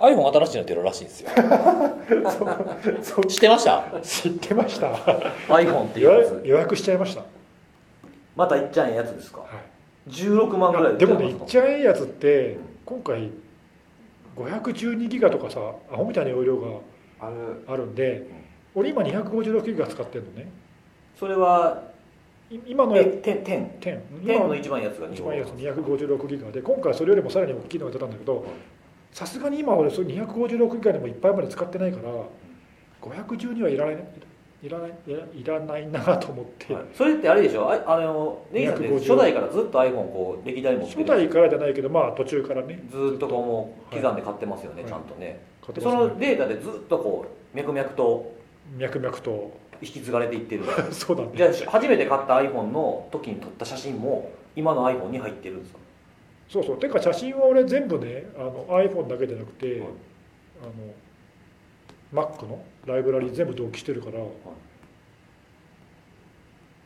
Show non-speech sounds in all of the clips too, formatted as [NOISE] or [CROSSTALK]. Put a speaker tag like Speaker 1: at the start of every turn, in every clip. Speaker 1: iPhone 新しいの出るらしいんです
Speaker 2: [LAUGHS]
Speaker 1: よ
Speaker 3: そう
Speaker 1: 知ってました
Speaker 3: 知ってました
Speaker 2: iPhone ってい
Speaker 3: 予
Speaker 2: うや
Speaker 3: 約
Speaker 2: つ
Speaker 3: 予約しちゃいました、は
Speaker 2: またいっちゃんやつですか
Speaker 3: い
Speaker 2: 16万ぐらい
Speaker 3: いや、でもねい
Speaker 2: 売
Speaker 3: っ
Speaker 2: っち
Speaker 3: ちゃええやつって
Speaker 2: うん
Speaker 3: 今回512ギガとかさアホみたいな容量が
Speaker 2: ゃうのあれ
Speaker 3: あるんで俺今256ギガ使ってるのね
Speaker 2: それはい
Speaker 3: 今のやつ
Speaker 2: え天天
Speaker 3: 10今
Speaker 2: 天の一番やつが
Speaker 3: 一
Speaker 2: 2
Speaker 3: 番いいやつ
Speaker 2: つ
Speaker 3: 256ギガで今回それよりもさらに大きいのが出たんだけどさすがに今俺それ256ギガでもいっぱいまで使ってないから512はいらないいらないいらいらないなと思って、
Speaker 2: はいそれってあれでしょああのネギさんって
Speaker 3: 250
Speaker 2: 初代からずっと iPhone こう歴代持って
Speaker 3: 初
Speaker 2: る
Speaker 3: 代からじゃないけどまあ途中からね
Speaker 2: ずっとこうもう刻んで買ってますよね、
Speaker 3: はい
Speaker 2: ちゃんとね、
Speaker 3: 買って
Speaker 2: そ
Speaker 3: ます
Speaker 2: の
Speaker 3: ね
Speaker 2: データでずっとこう脈々と
Speaker 3: 脈々
Speaker 2: [LAUGHS]
Speaker 3: と
Speaker 2: 引き継がれていってる
Speaker 3: そうだね
Speaker 2: じゃあ初めて買った iPhone の時に撮った写真も今の iPhone に入ってるんですか
Speaker 3: そうそうてか写真は俺全部ねあの iPhone だけじゃなくて、
Speaker 2: はい
Speaker 3: あの Mac のライブラリ全部同期してるから、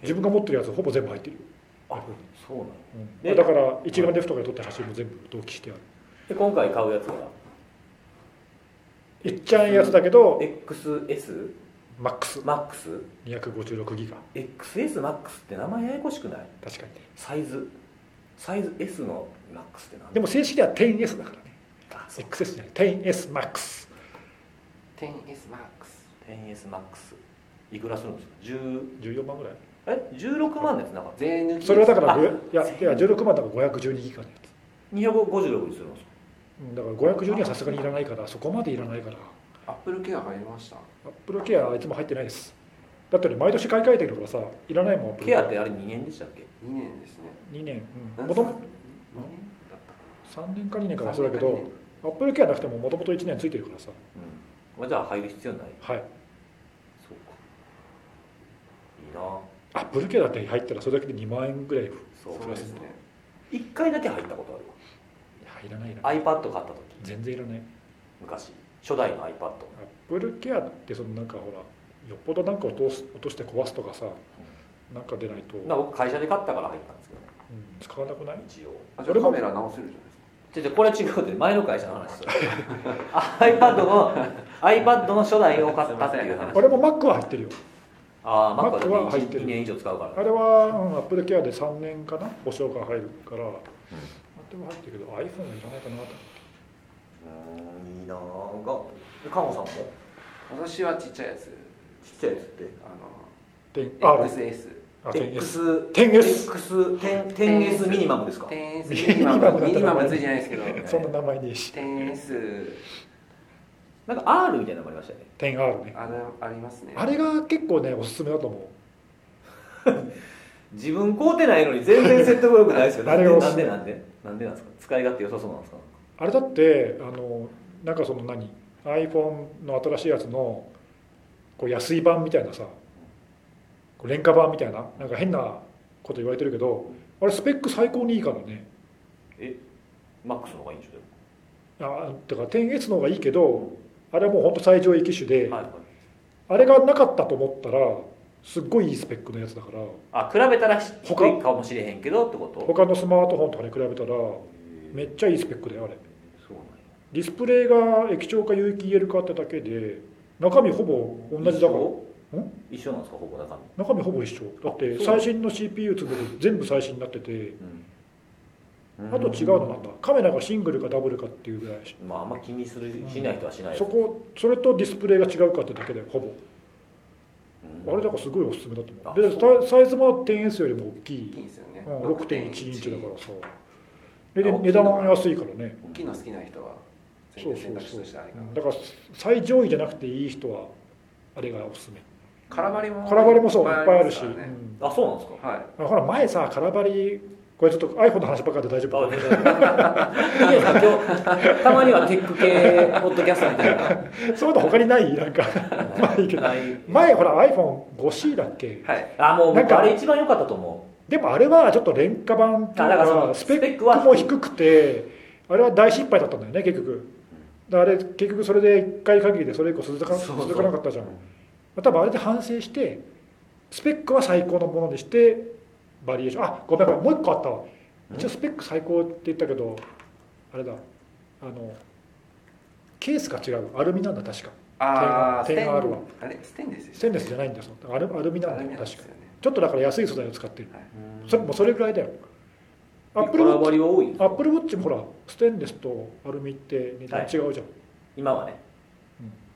Speaker 3: 自分が持ってるやつほぼ全部入ってるよ、
Speaker 2: あそうなの
Speaker 3: うん
Speaker 2: で
Speaker 3: だから一眼レフとかで撮った写真も全部同期してある
Speaker 2: で今回買うやつはい
Speaker 3: っちゃんやつだけど
Speaker 2: XSMAX
Speaker 3: マックス256ギガ
Speaker 2: XS マックスって名前ややこしくない
Speaker 3: 確かにね
Speaker 2: サイズサイズ S のマックスって何
Speaker 3: でも正式では 10S だからね
Speaker 2: あそう
Speaker 3: XS じゃない 10S マックス
Speaker 4: 10S マックス
Speaker 2: 10S マックスいくらするんですか10
Speaker 3: 14万ぐらい
Speaker 2: え16万のやつなんか
Speaker 4: 税抜きです
Speaker 3: それはだから
Speaker 2: あ
Speaker 3: ごやいやいや16万だから512ギガのやつ
Speaker 2: 256にするんですか
Speaker 3: うんだから512はさすがにいらないからそこまでいらないから
Speaker 4: アップルケア入りました
Speaker 3: アップルケアはいつも入ってないですだって俺毎年買い替えてるからさいらないもんアップル
Speaker 2: ケアってあれ2年でしたっけ
Speaker 4: 2年ですね
Speaker 3: 2年
Speaker 4: 何
Speaker 3: もとも
Speaker 4: 二年だったか
Speaker 3: 3年か2年
Speaker 4: な
Speaker 3: かそうだけどアップルケアなくてももともと1年ついてるからさ
Speaker 2: うんまあ、じゃあ入る必要ない
Speaker 3: はい
Speaker 2: そうかいいな
Speaker 3: アップルケアだって入ったらそれだけで2万円ぐらい
Speaker 2: そう
Speaker 4: そうですね
Speaker 2: 1回だけ入ったこと
Speaker 3: 入らないな
Speaker 2: ある iPad 買った時
Speaker 3: 全然いらない
Speaker 2: 昔初代の iPad
Speaker 3: アップルケアってそのなんかほらよっぽどなんか落とす落として壊すとかさなんかでないと、うん
Speaker 2: な僕会社で買ったから入ったんですけどね
Speaker 3: 使わなくない
Speaker 2: 一応
Speaker 4: あじゃあカメラ直せるじゃないですか
Speaker 2: じゃじゃこれは違うって前の会社の話それ iPad の iPad の初代を買ったっていう話
Speaker 3: あれも Mac は入ってるよ
Speaker 2: ああ Mac は
Speaker 3: Mac は入ってる
Speaker 2: 2年以上使うから
Speaker 3: あれは、うん、アップルケアで3年かな保証が入るから、あでも入ってるけど iPhone はいらないかなと
Speaker 2: うーんいいなあがカモさんも
Speaker 4: 私はちっちゃいやつ
Speaker 2: ちっちゃいやつって
Speaker 4: あの
Speaker 3: 10R
Speaker 4: XS
Speaker 3: あ 10S
Speaker 2: 10S
Speaker 3: 10S
Speaker 2: 10S ミニマムですか
Speaker 4: 10S
Speaker 3: ミ
Speaker 4: ミ
Speaker 3: ニ
Speaker 4: ニ
Speaker 3: マ
Speaker 4: マ
Speaker 3: ムだったら
Speaker 4: ムミニマムはついてないですけど
Speaker 3: [LAUGHS] そんな名前ねえし
Speaker 4: 10S
Speaker 2: なんか R みたいなのもありましたよね
Speaker 3: 10R ね
Speaker 4: あれありますね
Speaker 3: あれが結構ねおすすめだと思
Speaker 2: 自分買うてないのに全然説得力ないですよなん
Speaker 3: あ
Speaker 2: で
Speaker 3: れを
Speaker 2: なんでなんでなんでなんですか使い勝手良さそうなんですか
Speaker 3: うあれだってあのなんかその何 iPhone の新しいやつのこう安い版みたいなさこう廉価版みたいななんか変なこと言われてるけどあれスペック最高にいいからね
Speaker 2: マックスの方がいいんでしょ
Speaker 3: あだから 10S の方がいいけどあれはもうほんと最上位機種
Speaker 2: で
Speaker 3: で、
Speaker 2: も、はい、
Speaker 3: あれがなかったと思ったらすっごいいいスペックのやつだから
Speaker 2: あ比べたら
Speaker 3: 他
Speaker 2: 低いかもしれへんけどってこと
Speaker 3: 他のスマートフォンとかに比べたらめ
Speaker 2: っ
Speaker 3: っちゃいいスペックだよあれ
Speaker 2: そうなんや
Speaker 3: ディスプレイが液晶か有機 EL かってだけで中身ほぼ同じだから
Speaker 2: 一緒一緒なんですかほぼ中身、
Speaker 3: 中身ほぼ一緒だって
Speaker 2: そう
Speaker 3: 最新の CPU 積むと全部最新になってて
Speaker 2: うん
Speaker 3: あと違うのなんだカメラがシングルかダブルかっていうぐらいだし
Speaker 2: まああんま気にするしない人はしない
Speaker 3: そこそれとディスプレイが違うかってだけでほぼ
Speaker 2: うん
Speaker 3: あれだからすごいおすすめだと
Speaker 2: あ
Speaker 3: 思うでサイサイズも 10S よりも大き
Speaker 4: 大きい
Speaker 3: い、
Speaker 4: んですよね
Speaker 3: うん、6.1インチだからさで
Speaker 2: あ
Speaker 3: で
Speaker 2: 大きい
Speaker 3: 値段は安いからね
Speaker 4: 大きいの好きな人は
Speaker 3: そ
Speaker 4: 全
Speaker 3: うそ
Speaker 4: 然選
Speaker 3: う
Speaker 4: 択肢
Speaker 3: そう
Speaker 4: としてあれかな
Speaker 3: だから最上位じゃなくていい人はあれがおすすめ
Speaker 4: 空張りも
Speaker 3: 空張りもそういっぱいあるし、
Speaker 4: いっぱいあり
Speaker 2: あそうなんです
Speaker 4: ますからねはい
Speaker 3: うんほら前さ空張りこれちょっと iPhone の話ばっかりで大丈夫
Speaker 2: かあいいですか今日たまにはテック系ポッドキャストみたいな
Speaker 3: そういうの他にないなん
Speaker 4: [LAUGHS]
Speaker 3: かまあいいけど
Speaker 2: はい
Speaker 3: 前ほら iPhone5C だっけ
Speaker 4: はい
Speaker 2: あもう
Speaker 3: なん
Speaker 2: 僕
Speaker 3: か
Speaker 2: あれ一番良かったと思
Speaker 3: でもあれはちょっと廉価版ってい
Speaker 2: あ
Speaker 3: う
Speaker 2: だからそ
Speaker 3: か
Speaker 2: の
Speaker 3: スペ
Speaker 2: スペ
Speaker 3: ッ
Speaker 2: ッ
Speaker 3: ク
Speaker 2: クは
Speaker 3: も低くてあれは大失敗だったんだよね結局だからあれ結局それで1回限りでそれ以降続かな
Speaker 2: そうそう
Speaker 3: 続かなかったじゃん多分あれで反省してスペックは最高のものにしてバリエーションあごめんごめんもう一個あったわ一応スペック最高って言ったけどあれだあのケースが違うアルミなんだ確か
Speaker 4: ああ
Speaker 3: 点が点があるわ
Speaker 4: あれステンレスで
Speaker 3: ス
Speaker 4: す
Speaker 3: テンレスじゃないんだよそのアルアルミなんだ
Speaker 4: アル
Speaker 3: よ
Speaker 4: ミなんで
Speaker 3: 確
Speaker 4: す
Speaker 3: か
Speaker 4: よね
Speaker 3: ちょっとだから安い素材を使ってる
Speaker 2: うん
Speaker 3: それもうそれぐらいだよア
Speaker 1: カ
Speaker 3: ップルウォ
Speaker 1: ラ
Speaker 3: ッ
Speaker 1: 割
Speaker 3: チ
Speaker 1: りは多い
Speaker 3: アップルウォッチもほらステンレスとアルミって値段違うじゃん、
Speaker 2: 今はね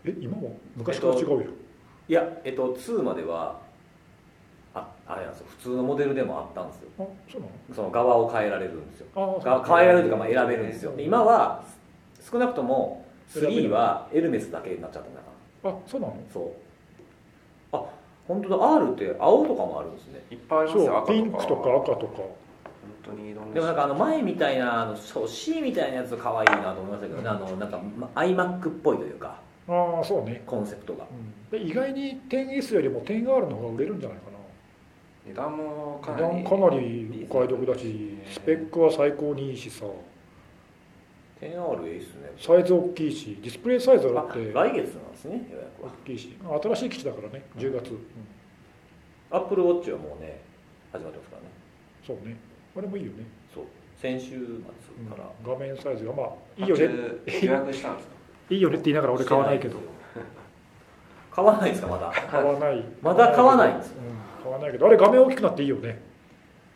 Speaker 3: え今も昔から違うよ、
Speaker 1: いや
Speaker 2: えっと2まではああれなんですよ普通のモデルでもあったんですよ
Speaker 3: あそうなの
Speaker 2: その側を変えられるんですよ
Speaker 3: あ
Speaker 2: が変えられるというかまあ選べるんですよで今は少なくとも3はエルメスだけになっちゃったんだか
Speaker 3: あそうなの
Speaker 2: らそうあ本当だ R って青とかもあるんですね
Speaker 4: いっぱいありますよ
Speaker 3: そう
Speaker 4: 赤
Speaker 3: ピンクとか
Speaker 4: 本
Speaker 3: 赤とか
Speaker 4: 当にいろんな
Speaker 2: でもなんかあの前みたいなあのそう C みたいなやつ可愛いなと思いましたけどねあのなんかま iMac っぽいというか
Speaker 3: ああそうね、
Speaker 2: コンセプトが
Speaker 3: うん、で意外に 10S よりも 10R の方が売れるんじゃないかな
Speaker 4: 値段もか
Speaker 3: 値
Speaker 4: なり
Speaker 3: 段かなりお買い得だしスペックは最高にいいしさ
Speaker 2: 10R いいっすね
Speaker 3: サイズ大きいしディスプレイサイズだ
Speaker 2: あ
Speaker 3: って大
Speaker 2: 来月なんですね予約は
Speaker 3: きいし新しい機種だからね10月、うん
Speaker 2: アップルウォッチはもうね始まってますからね
Speaker 3: そうねあれもいいよね、
Speaker 2: そう先週
Speaker 3: う
Speaker 2: 末
Speaker 3: ん
Speaker 2: から、
Speaker 3: 画面サイズがまあいいよ
Speaker 4: 発
Speaker 3: ね
Speaker 4: 注予約したんですか
Speaker 3: いいよねって言いながら俺買わないけど
Speaker 2: 買わないんですかま
Speaker 3: [LAUGHS]
Speaker 2: だ
Speaker 3: 買わない
Speaker 2: まだ買わないんです
Speaker 3: うん、買わないけどあれ画面大きくなっていいよね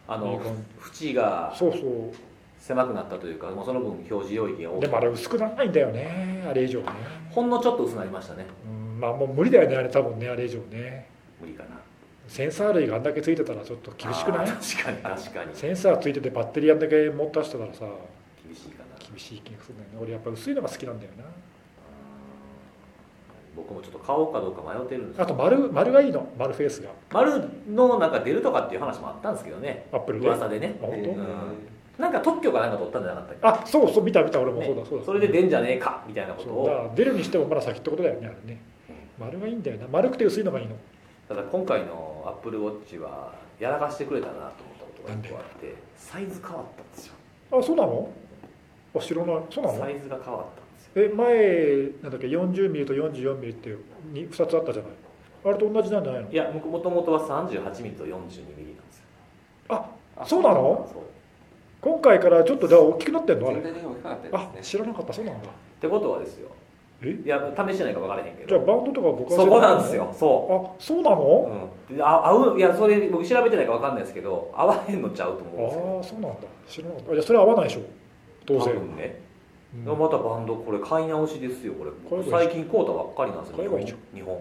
Speaker 2: あ
Speaker 3: いい
Speaker 2: の
Speaker 3: 感
Speaker 2: 縁が
Speaker 3: じそうそう
Speaker 2: 狭くなったというかもうその分表示領域が大
Speaker 3: で
Speaker 2: き
Speaker 3: もあ
Speaker 2: く
Speaker 3: れ薄くならないんだよねあれ以上ね、
Speaker 2: ほんのちょっと薄なりましたね
Speaker 3: うん、まあもう無理だよねあれ多分ねあれ以上ね
Speaker 2: 無理かな
Speaker 3: センサー類があんだけついてたらちょっと厳しくない
Speaker 2: あー確かに確かに
Speaker 3: センサーついててバッテリーあんだけ持たしてたらさ
Speaker 2: 厳しいかな
Speaker 3: 厳しい気がするんだよね俺やっぱ薄いのが好きなんだよ
Speaker 2: 僕もちょっと買おうかどうか迷ってるんです
Speaker 3: なあ
Speaker 2: よ
Speaker 3: と丸丸がいいの丸フェイスが
Speaker 2: 丸のなんか出るとかっていう話もあったんですけどね
Speaker 3: アップルであ
Speaker 2: 噂でね
Speaker 3: 本当、
Speaker 2: んなんか特許かなんか取ったんじゃなかったっけ
Speaker 3: あそうそう見た見た俺も
Speaker 2: ね
Speaker 3: そうだそうだ、
Speaker 2: れで出んじゃねえかみたいなこと
Speaker 3: そうだ
Speaker 2: を
Speaker 3: から出るにしてもまだ先ってことだよねあれね丸がいいんだよな丸くて薄いのがいいの
Speaker 2: ただ今回のアップルウォッチはやらかしてくれたなと思ったことが
Speaker 3: なん
Speaker 2: 一
Speaker 3: で
Speaker 2: 個あってサイズ変わったんですよ
Speaker 3: あそうなのあ知らないそうなの
Speaker 2: サイズが変わったんですよ
Speaker 3: え前なんだっけ 40mm と 44mm っていう 2, つあったじゃないあれと同じなんじゃないの
Speaker 2: いやもともとは 38mm と 42mm なんですよ
Speaker 3: あ
Speaker 4: あ
Speaker 3: そうなの
Speaker 2: そう
Speaker 3: 今回からちょっとじゃあ大きくなってんのあ
Speaker 4: 全
Speaker 3: れ
Speaker 4: 体的に大きくなって
Speaker 3: あ
Speaker 4: るんです
Speaker 3: 知
Speaker 4: ね
Speaker 3: らなかったそうなんだ
Speaker 2: ってことはですよ
Speaker 3: え
Speaker 2: いや試してないか分からへんけ
Speaker 3: じゃあ
Speaker 2: ど
Speaker 3: バンドとか僕
Speaker 2: そこなんですよそう
Speaker 3: あそうなの、
Speaker 2: うん、あ合ういやそれ僕調べてないか分かんないですけど合わへんのちゃうと思うんです
Speaker 3: ああそうなんだ知らなかったあじゃあそれ合わないでしょ
Speaker 2: け
Speaker 3: 当
Speaker 2: ど多
Speaker 3: 然、
Speaker 2: 分ね、
Speaker 3: うん
Speaker 2: またバンドこれ買い直しですよこれ
Speaker 3: 買えばいい
Speaker 2: 最近買うたばっかりなんですよ
Speaker 3: 買えばいいじゃん
Speaker 2: 日本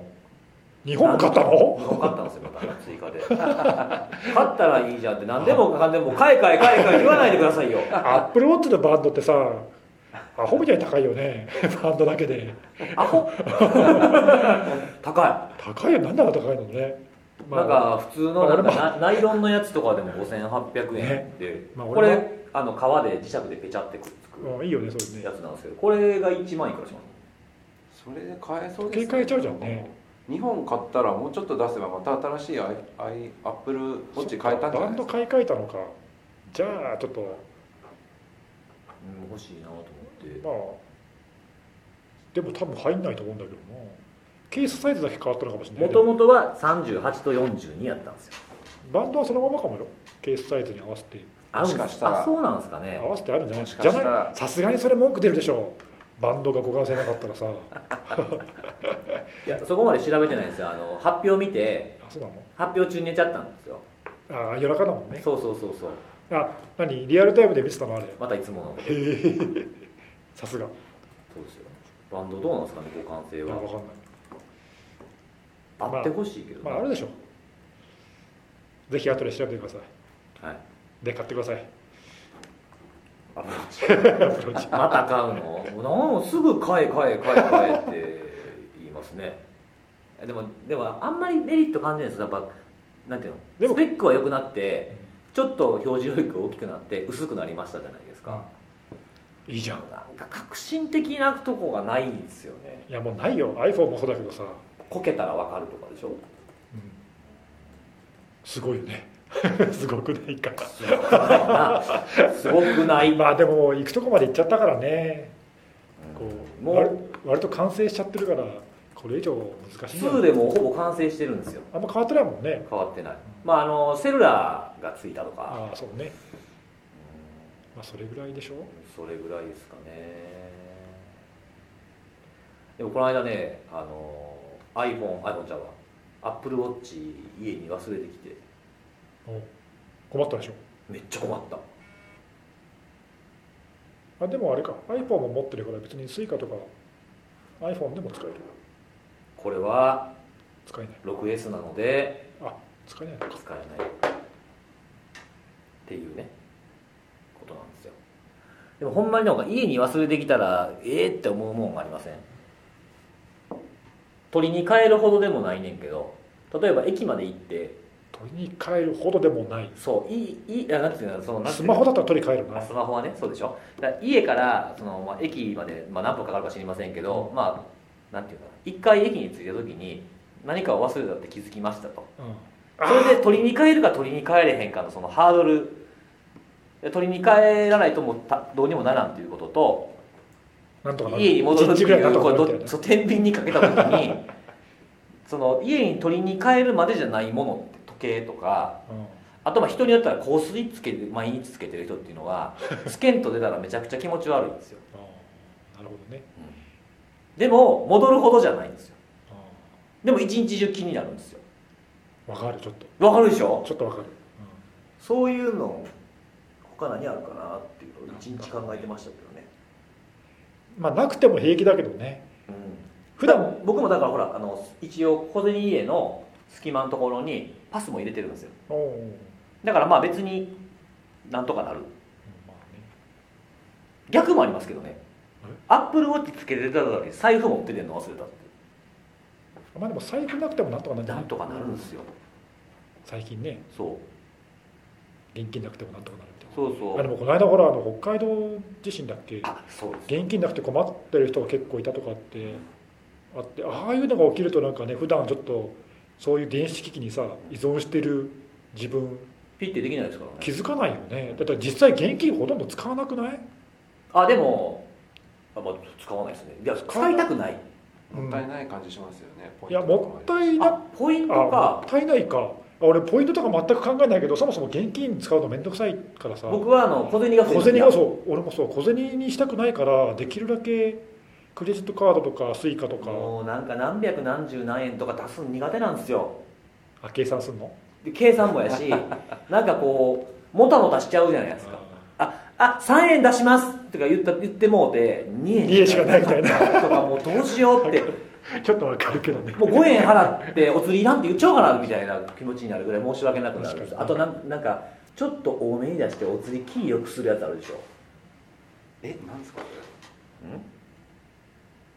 Speaker 3: 日本も買ったの
Speaker 2: 日本買ったんですよまた追加で [LAUGHS] 買ったらいいじゃんって何でもかんでも買え買え買え買え言わないでくださいよ
Speaker 3: アップルウォッチのバンドってさアホみたいに高いよね [LAUGHS] バンドだけで
Speaker 2: ア
Speaker 3: [LAUGHS]
Speaker 2: ホ高
Speaker 3: 高いよなんであんな高いのね、
Speaker 2: い、
Speaker 3: まあ、
Speaker 2: なんか普通のなんかナナイロンのやつとかでも5800円
Speaker 3: ね
Speaker 2: で、
Speaker 3: まあ
Speaker 2: こ
Speaker 3: 俺も
Speaker 2: れあの革で磁石でペチャってくっつく
Speaker 3: うんいいよねそれね
Speaker 2: やつなんですけどこれが1万いくらします
Speaker 4: それで買えそうです
Speaker 3: 時計買えちゃうじゃんね
Speaker 4: 日本買ったらもうちょっと出せばまた新しいアイアイアップルウォッチ買えたんじゃ
Speaker 3: バ
Speaker 4: な
Speaker 3: ン
Speaker 4: いで
Speaker 3: ド
Speaker 4: すか
Speaker 3: 買い替えたのかじゃあちょっと
Speaker 2: うん欲しいなと思って
Speaker 3: まあでも多分入んないと思うんだけどなケースサイズだけ変わったのかもしれな
Speaker 2: も
Speaker 3: い
Speaker 2: ともとは38と42やったんですよ
Speaker 3: バンドはそのままかもよケースサイズに合わせて
Speaker 2: あ
Speaker 4: もしかしたら
Speaker 2: あそうなんですかね
Speaker 3: 合わせてあるんじゃない
Speaker 4: もしかしたら
Speaker 3: じゃないさすがにそれ文句出るでしょバンドが互換性なかったらさあ
Speaker 2: いやそこまで調べてないんですよあの発表見て
Speaker 3: そうなの
Speaker 2: 発表中に寝ちゃったんですよ、
Speaker 3: ああ夜中だもんね
Speaker 2: そうそうそうそう
Speaker 3: あ何リアルタイムで見てたのあれ
Speaker 2: またいつもの
Speaker 3: [LAUGHS] さすが
Speaker 2: そうですよバンドどうなんですかね互換性
Speaker 3: 分かんな
Speaker 2: はいあってほしいけどね、
Speaker 3: まああるでしょぜひ後で調べてください
Speaker 2: はい
Speaker 3: で買ってください [LAUGHS]
Speaker 2: アプローチ
Speaker 3: アプローチ
Speaker 2: [LAUGHS] また買うのなんもすぐ買え買え買え買えって言いますねでもでもあんまりメリット感じないですやっぱなんていうの
Speaker 3: でも
Speaker 2: スペックは良くなってちょっと表示領域が大きくなって薄くなりましたじゃないですか、
Speaker 3: いいじゃん
Speaker 2: なんか革新的なとこがないんですよね
Speaker 3: いやもうないよ iPhone もそうだけどさ、
Speaker 2: こけたらわかるとかで
Speaker 3: [LAUGHS]
Speaker 2: しょ
Speaker 3: すごいよね [LAUGHS] すごくないか
Speaker 2: すごくないなすごくない、
Speaker 3: まあでも行くとこまで行っちゃったからねこ
Speaker 2: うん
Speaker 3: う
Speaker 2: も
Speaker 3: 割
Speaker 2: う
Speaker 3: 割と完成しちゃってるからこれ以上難しいんじゃ
Speaker 2: 2
Speaker 3: ない
Speaker 2: でもほぼ完成してるんですよ
Speaker 3: あんま変わってないもんね
Speaker 2: 変わってないまああのセルラーがついたとか
Speaker 3: ああそうねまあそれぐらいでしょ
Speaker 2: それぐらいですかねでもこの間ねあの iPhone iPhone ちゃうわアップルウォッチ家に忘れてきて
Speaker 3: 困ったでしょ
Speaker 2: めっちゃ困った
Speaker 3: あでもあれか iPhone も持ってるから別に Suica とか iPhone でも使える
Speaker 2: これは
Speaker 3: 使えない
Speaker 2: 6S なので
Speaker 3: あ使えないのか
Speaker 2: 使えないっていうねことなんですよでもほんまになんか家に忘れてきたらええって思うもんありません取りに帰るほどでもないねんけど例えば駅まで行って
Speaker 3: 取りに帰るほどでもない
Speaker 2: そういいいいあなんていうのそのなんて
Speaker 3: ス
Speaker 2: いうの
Speaker 3: マホだったら取り替える
Speaker 2: まあ、
Speaker 3: な
Speaker 2: スマホはねそうでしょだから家からその、まあ、駅まで、まあ、何分かかるか知りませんけど、まあなんていうかな一回駅に着いた時に何かを忘れたって気づきましたと
Speaker 3: うん
Speaker 2: それで取りに帰るか取りに帰れへんかのそのハードルで取りに帰らないともうたどうにもならんということと
Speaker 3: なんとかなる
Speaker 2: 家に戻るって
Speaker 3: 一日ぐらい
Speaker 2: い
Speaker 3: なん
Speaker 2: う
Speaker 3: と
Speaker 2: こ
Speaker 3: か
Speaker 2: れ
Speaker 3: なる
Speaker 2: ど
Speaker 3: みたいな
Speaker 2: そう天秤にかけた時にその家に取りに帰るまでじゃないものって時計とか
Speaker 3: うん
Speaker 2: あとまあ人によったら香水つけて毎日つけてる人っていうのは [LAUGHS] つけんと出たらめちゃくちゃ気持ち悪いんですよ
Speaker 3: あーなるほどね
Speaker 2: でも戻るほどじゃないんですよ
Speaker 3: あ
Speaker 2: でも一日中気になるんですよ
Speaker 3: ーわかるちょっと
Speaker 2: わかるでしょ
Speaker 3: ちょっとわかる、
Speaker 2: そういうの他何あるかなっていうのを一日考えてましたけどね
Speaker 3: うんまあなくても平気だけどね
Speaker 2: 普
Speaker 3: 普段
Speaker 2: 段僕もだからほらあの一応小銭入れの隙間のところにパスも入れてるんですよ
Speaker 3: おおー、
Speaker 2: だからまあ別になんとかなる
Speaker 3: まあね
Speaker 2: 逆もありますけどね
Speaker 3: え
Speaker 2: アップルウォッチつけてたのに財布持っててんの忘れたって
Speaker 3: まあでも財布なくてもなんとかなるんじゃ
Speaker 2: な
Speaker 3: ない
Speaker 2: んとかなるんですよ
Speaker 3: 最近ね
Speaker 2: そう
Speaker 3: 現金なくてもなんとかなるみたいな
Speaker 2: そうそ
Speaker 3: あで
Speaker 2: う
Speaker 3: もこの間ほらあの北海道地震だっけ
Speaker 2: あそうです
Speaker 3: 現金なくて困ってる人が結構いたとかってあってああいうのが起きるとなんかね普段ちょっとそういう電子機器にさ依存してる自分
Speaker 2: ピッてできないですからね
Speaker 3: 気づかないよねだって実際現金ほとんど使わなくない
Speaker 2: あでもあ、まあ、使わないですねいや使いたくない
Speaker 4: もったいない感じしますよね、ポイ
Speaker 3: い
Speaker 4: ン
Speaker 3: や
Speaker 4: トとか
Speaker 3: もったいな
Speaker 2: あポイン
Speaker 3: あ
Speaker 2: ト
Speaker 3: も
Speaker 2: か
Speaker 3: ったいないかあ俺ポイントとか全く考えないけどそもそも現金使うの面倒くさいからさ
Speaker 2: 僕はあの小銭が増える
Speaker 3: 小銭がそう俺もそう小銭にしたくないからできるだけクレジットカードとかスイカとか
Speaker 2: もうなんか何百何十何円とか出すの苦手なんですよ
Speaker 3: あ計算すんの
Speaker 2: で計算もや
Speaker 3: [LAUGHS]
Speaker 2: しなんかこうもたもたしちゃうじゃないですかああ3円出しますとか言った言ってもうて2円
Speaker 3: 2円しかないみたいな
Speaker 2: とかもうどうしようって
Speaker 3: ちょっとわかるけどね
Speaker 2: もう5円払ってお釣りいらんって言っちゃおうかなみたいな気持ちになるぐらい申し訳なくなるんです
Speaker 3: 確か
Speaker 2: あ
Speaker 3: に
Speaker 2: となんなんかちょっと多めに出してお釣りキーよくするやつあるでしょ
Speaker 4: えなんですかそれ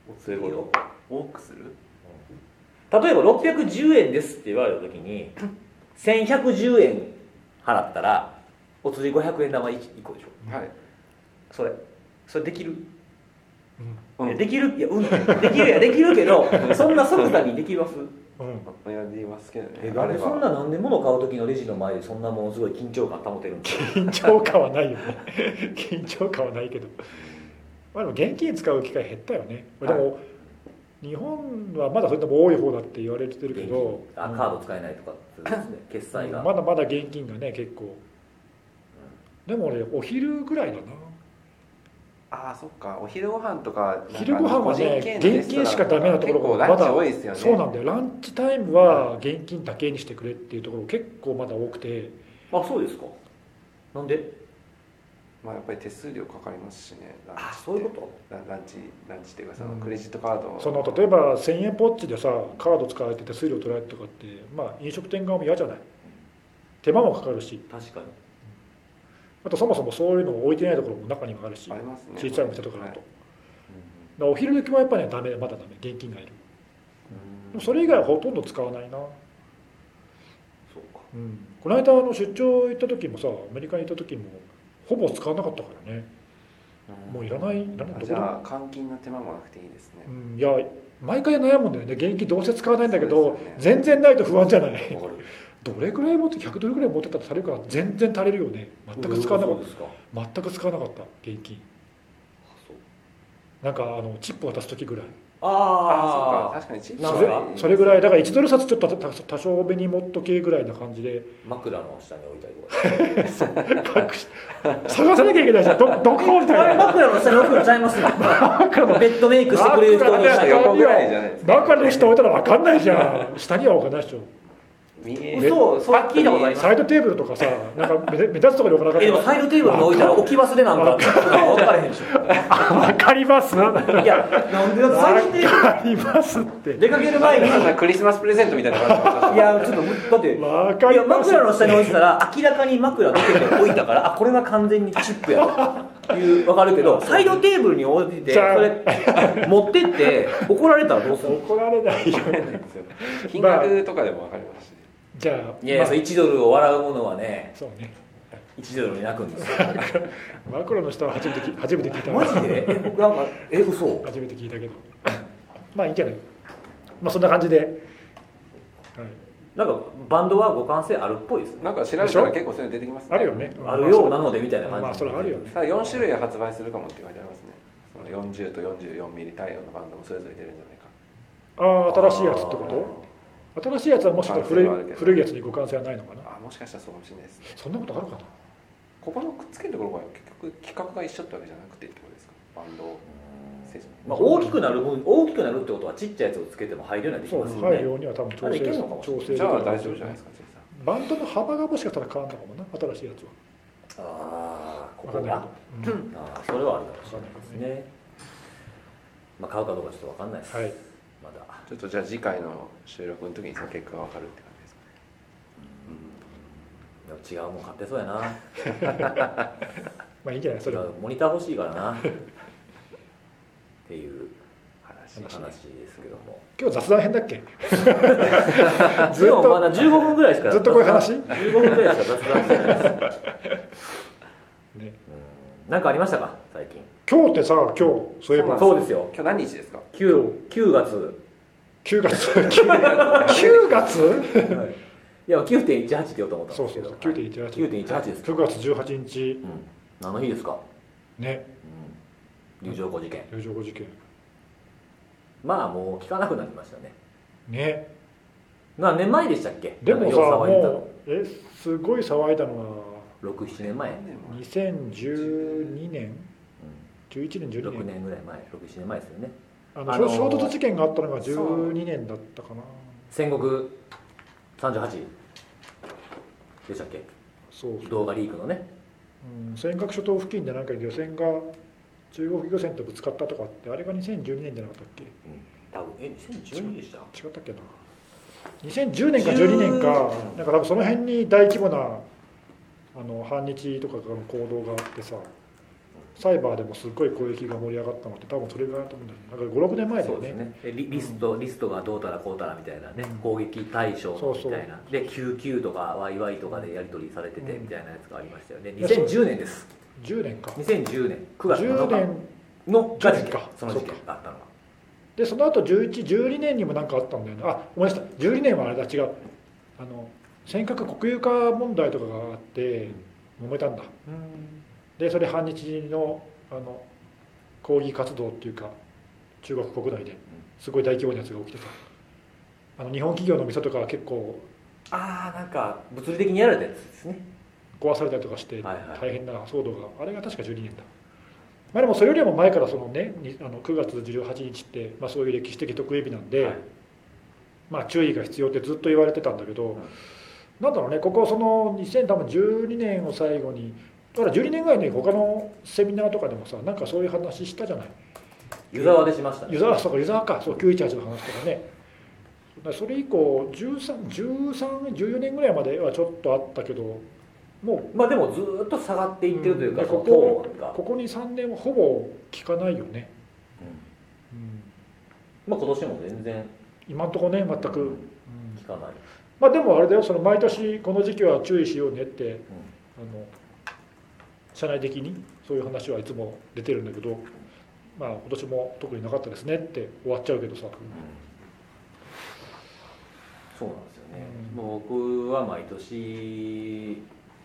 Speaker 2: お釣りを
Speaker 4: 多くする
Speaker 2: 例えば610円ですって言われた時に1110円払ったらお釣り500円玉 1, 個でしょ
Speaker 4: はい、
Speaker 2: それそれできる、
Speaker 4: うん
Speaker 2: いやできるいやうんできるやできるけど [LAUGHS] そんな即座にできます
Speaker 3: うん、うん
Speaker 4: いやりますけどね
Speaker 2: え
Speaker 4: あ
Speaker 2: なん
Speaker 4: れ
Speaker 2: でそん
Speaker 4: は
Speaker 2: な何で物買う時のレジの前でそんなものすごい緊張感保てるんですか
Speaker 3: 緊張感はないよね緊張感はないけどまあでも現金使う機会減ったよねでも、日本はまだそれでも多い方だって言われてるけど
Speaker 2: 現金あ
Speaker 3: うん
Speaker 2: カード使えないとかするんで
Speaker 3: [LAUGHS]
Speaker 2: すね決済が、
Speaker 3: まだまだ現金がね結構でも俺お昼ぐらいだな
Speaker 4: あーそっかお昼ご飯とかなんか
Speaker 3: 昼ご飯はね
Speaker 4: 個人経営のレスト
Speaker 3: 現
Speaker 4: ラン
Speaker 3: 金しかダメなところ
Speaker 4: 結構
Speaker 3: が
Speaker 4: ランチ
Speaker 3: まだ
Speaker 4: 多いですよね
Speaker 3: そうなんだよランチタイムは現金だけにしてくれっていうところ結構まだ多くて
Speaker 2: あそうですかなんで
Speaker 4: まあやっぱり手数料かかりますしねランチって
Speaker 2: あそういうこ
Speaker 4: ラランチランチっていうかその
Speaker 3: うん
Speaker 4: クレジットカードを
Speaker 3: その例えば1000円ポッチでさカード使われて手数料取られてとかってまあ飲食店側も嫌じゃない手間もかかるし
Speaker 2: と確かに
Speaker 3: あとそもそもそういうのを置いてないところも中にはあるし
Speaker 4: ありますね
Speaker 3: 小さいお店とかだと、だ
Speaker 4: はい
Speaker 3: からお昼時もやっぱりねダメまだダメ現金がいるでもそれ以外はほとんど使わないな、
Speaker 2: そうか
Speaker 3: うん、この間あの出張行った時もさアメリカに行った時もほぼ使わなかったからねもういらないいらないど
Speaker 4: あ
Speaker 3: こ
Speaker 4: じ
Speaker 3: でも
Speaker 4: ゃあ換金の手間もなくていいです
Speaker 3: [LAUGHS]
Speaker 4: ね
Speaker 3: うんいや毎回悩むんだよね現金どうせ使わないんだけ
Speaker 4: そう
Speaker 3: ど、
Speaker 4: ですよね
Speaker 3: 全然ないと不安じゃない
Speaker 2: わかる
Speaker 3: どれぐらい持って100ドルぐらい持ってたら足りるから全然足りるよね全く使わなか
Speaker 2: うん
Speaker 3: っ
Speaker 2: そうですか
Speaker 3: た全く使わなかった現金
Speaker 2: あそう
Speaker 3: なんかあのチップ渡す時ぐらい
Speaker 4: ああ
Speaker 2: ああ
Speaker 4: 確かにチップ
Speaker 2: なん
Speaker 3: そ
Speaker 2: か
Speaker 3: れ
Speaker 4: は
Speaker 3: それぐらいだから1ドル札ちょっと多多少目に持っとけぐらいな感じで
Speaker 2: 枕の下に置いたり [LAUGHS] とか
Speaker 3: 隠し探さなきゃいけないじゃんどどこみ
Speaker 2: あ
Speaker 3: た
Speaker 2: れ
Speaker 3: いな
Speaker 2: 枕の下に置くのちゃいますよベッドメイクしてくれる人の
Speaker 4: 確
Speaker 2: 下
Speaker 4: か
Speaker 2: に
Speaker 4: 横ぐらいじゃないですか
Speaker 3: 中の人置いたら分かんないじゃん下には置かないでしょ
Speaker 4: 見え
Speaker 3: め
Speaker 2: 嘘それ聞いたことあります
Speaker 3: サイドテーブルとかさなんか目目立つところに置かなかっ
Speaker 2: えで
Speaker 3: た
Speaker 2: もサイドテーブルに置いたら置き忘れなんだって分からへんでしょ
Speaker 3: 分かります分
Speaker 2: いやなんでだってサイドテーブ
Speaker 3: かりますって
Speaker 2: ル出かける前に
Speaker 4: なんかクリスマスプレゼントみたいな感
Speaker 2: いやちょっとだって
Speaker 3: 分か
Speaker 2: いや
Speaker 3: ります
Speaker 2: 枕の下に置いてたら明らかに枕どけて置いたからあこれは完全にチップやという分かるけどサイドテーブルに置いてて
Speaker 3: じゃあ
Speaker 2: それ持ってって怒られたらどうする
Speaker 3: 怒られ [LAUGHS] ないよ
Speaker 4: じなんですよ金額とかでもわかりますし
Speaker 3: じゃあ
Speaker 2: いや、
Speaker 3: まあ
Speaker 2: それ1ドルを笑うものはね
Speaker 3: そうね
Speaker 2: 1ドルに泣くんですよ
Speaker 3: 枕の下は初めて聞い初めて聞い
Speaker 2: [LAUGHS]
Speaker 3: た
Speaker 2: マジでえ僕なんかえ嘘
Speaker 3: 初めて聞いたけど [COUGHS] まあいいんじゃないまあそんな感じで、はい、
Speaker 2: なんかバンドは互換性あるっぽいですね
Speaker 4: なんか調べたら結構そういうの出てきますね
Speaker 3: あるよね
Speaker 2: あるようなのでみたいな感じ
Speaker 3: まあそれはあるよね
Speaker 4: さあ4種類発売するかもって書いてありますねその40と44ミリ対応のバンドもそれぞれ出るんじゃない
Speaker 3: あ
Speaker 4: か
Speaker 3: あ新しいやつってこと新しいやつはもしかしたら古
Speaker 4: 可能性はあるけ
Speaker 3: い
Speaker 4: ど
Speaker 3: 古いやつに互換性はないのかな
Speaker 4: あもしかしたらそうかもしれないですね
Speaker 3: そんなことあるかな
Speaker 4: ここのくっつけるところが結局企画が一緒ってわけじゃなくてってことですかバンドを制作
Speaker 2: まあ、大きくなる分大きくなるってことはちっちゃいやつをつけても入るようにはでき
Speaker 3: そう
Speaker 2: ますよ
Speaker 3: 入るよ
Speaker 2: ね
Speaker 3: うには多分調
Speaker 2: あれ
Speaker 3: 整
Speaker 2: いけるのかも
Speaker 3: 調整
Speaker 4: じゃあ大丈夫じゃないですかジェイさん
Speaker 3: バンドの幅がもしかしたら変わるのかもな新しいやつは
Speaker 2: ああこ
Speaker 3: わ
Speaker 2: こ
Speaker 3: かんない
Speaker 2: が
Speaker 3: けど、うん
Speaker 2: ああそれはあるかもしれないですねまあ買うかどうかちょっとわかんないです、
Speaker 3: はい
Speaker 2: まだ
Speaker 4: ちょっとじゃあ次回の収録の時にその結果がわかるって感じですか
Speaker 2: でも違うもん買ってそうやな
Speaker 3: まあいいんじゃないそ
Speaker 2: 違
Speaker 3: れは
Speaker 2: うモニター欲しいからなっていう
Speaker 4: 話
Speaker 2: 話ですけども
Speaker 3: 今日雑談編だっけずっ
Speaker 2: でもま
Speaker 3: と
Speaker 2: だ15分ぐらいしか
Speaker 3: ずっとこういう話
Speaker 2: 15分ぐらいしか雑談してないです
Speaker 3: ね
Speaker 2: うんなんかありましたか最近
Speaker 3: 今日ってさ今日そういえば
Speaker 2: そうですよ
Speaker 4: 今日何日ですか
Speaker 2: 9, 9月
Speaker 3: 9月9月
Speaker 2: いや9.18って言おうと思ったん
Speaker 3: そう
Speaker 2: です
Speaker 3: そ
Speaker 2: け
Speaker 3: うそ
Speaker 2: ど
Speaker 3: う9.18
Speaker 2: 9.18です
Speaker 3: 9月18日
Speaker 2: うん何の日ですか、
Speaker 3: ね
Speaker 2: うん、流浄湖事件
Speaker 3: 友情事件
Speaker 2: まあもう聞かなくなりましたね
Speaker 3: ね
Speaker 2: 何年前でしたっけ
Speaker 3: でもさ
Speaker 2: なんかよう騒いでた
Speaker 3: もうえすごい騒いだのは
Speaker 2: の67年前、
Speaker 3: 2012年11年12
Speaker 2: 6
Speaker 3: 年
Speaker 2: 年ぐらい前67年前ですよね
Speaker 3: あの、
Speaker 2: あのー
Speaker 3: 衝突事件があったのが12年だったかな
Speaker 2: 戦国38でしたっけ
Speaker 3: そうそう、
Speaker 2: 動画リークのね
Speaker 3: うん、尖閣諸島付近でなんか漁船が中国漁船とぶつかったとかってあれが2012年じゃなかったっけ
Speaker 2: 多分え2012でした
Speaker 3: 違ったっけな2010年か12年か
Speaker 2: 10
Speaker 3: なんか多分その辺に大規模なあの反日とかの行動があってさサイバーでもすっごい攻撃が盛り上がったのって多分それぐらいだと思うんだよねなんか56年前だ
Speaker 2: そ
Speaker 3: よ
Speaker 2: うです
Speaker 3: ね
Speaker 2: ねえリリストリストがどうたらこうたらみたいなね
Speaker 3: うん
Speaker 2: 攻撃対象
Speaker 3: そう
Speaker 2: み
Speaker 3: そう
Speaker 2: たいなで QQ とか YY とかでやり取りされてて
Speaker 3: うん
Speaker 2: みたいなやつがありましたよね
Speaker 3: いやそう
Speaker 2: 2010年です
Speaker 3: 10年か
Speaker 2: 2010年9月7
Speaker 3: 10年
Speaker 2: 日のが事
Speaker 3: 10
Speaker 2: 件
Speaker 3: か
Speaker 2: その事件
Speaker 3: そう
Speaker 2: があったのが
Speaker 3: でその後1112年にも何かあったんだよねあ思い出した12年はあれだ違うあの尖閣国有化問題とかがあって揉めたんだでそれ反日のあの抗議活動っていうか中国国内ですごい大規模なやつが起きてたあの日本企業の店とかは結構
Speaker 2: ああなんか物理的にやられたやつですね
Speaker 3: 壊されたりとかして
Speaker 2: はいはい
Speaker 3: 大変な騒動があれが確か12年だまあでもそれよりも前からそのねにあの9月18日って、まあ、そういう歴史的特異日なんで、
Speaker 2: はい
Speaker 3: まあ、注意が必要ってずっと言われてたんだけど、
Speaker 2: ん
Speaker 3: なんだろうねここその2012年を最後にだから12年ぐらいに他のセミナーとかでもさなんかそういう話したじゃない
Speaker 2: 湯沢でしましたね
Speaker 3: 湯沢とか湯沢かそう918の話とかねだからそれ以降131314年ぐらいまではちょっとあったけども
Speaker 2: まあでもずーっと下がって
Speaker 3: う
Speaker 2: いってるというか、
Speaker 3: うんで
Speaker 2: その
Speaker 3: ここ
Speaker 2: トーンが、
Speaker 3: ここに3年はほぼ聞かないよね、うん、
Speaker 2: まあ今年も全然
Speaker 3: 今んとこね全く、うん
Speaker 2: 聞かない、
Speaker 3: まあでもあれだよその毎年この時期は注意しようねってあの社内的にそういう話はいつも出てるんだけど、まあ、今年も特になかったですねって終わっちゃうけどさ、 [LAUGHS]
Speaker 2: そうなんですよね、
Speaker 3: うん
Speaker 2: もう僕は毎年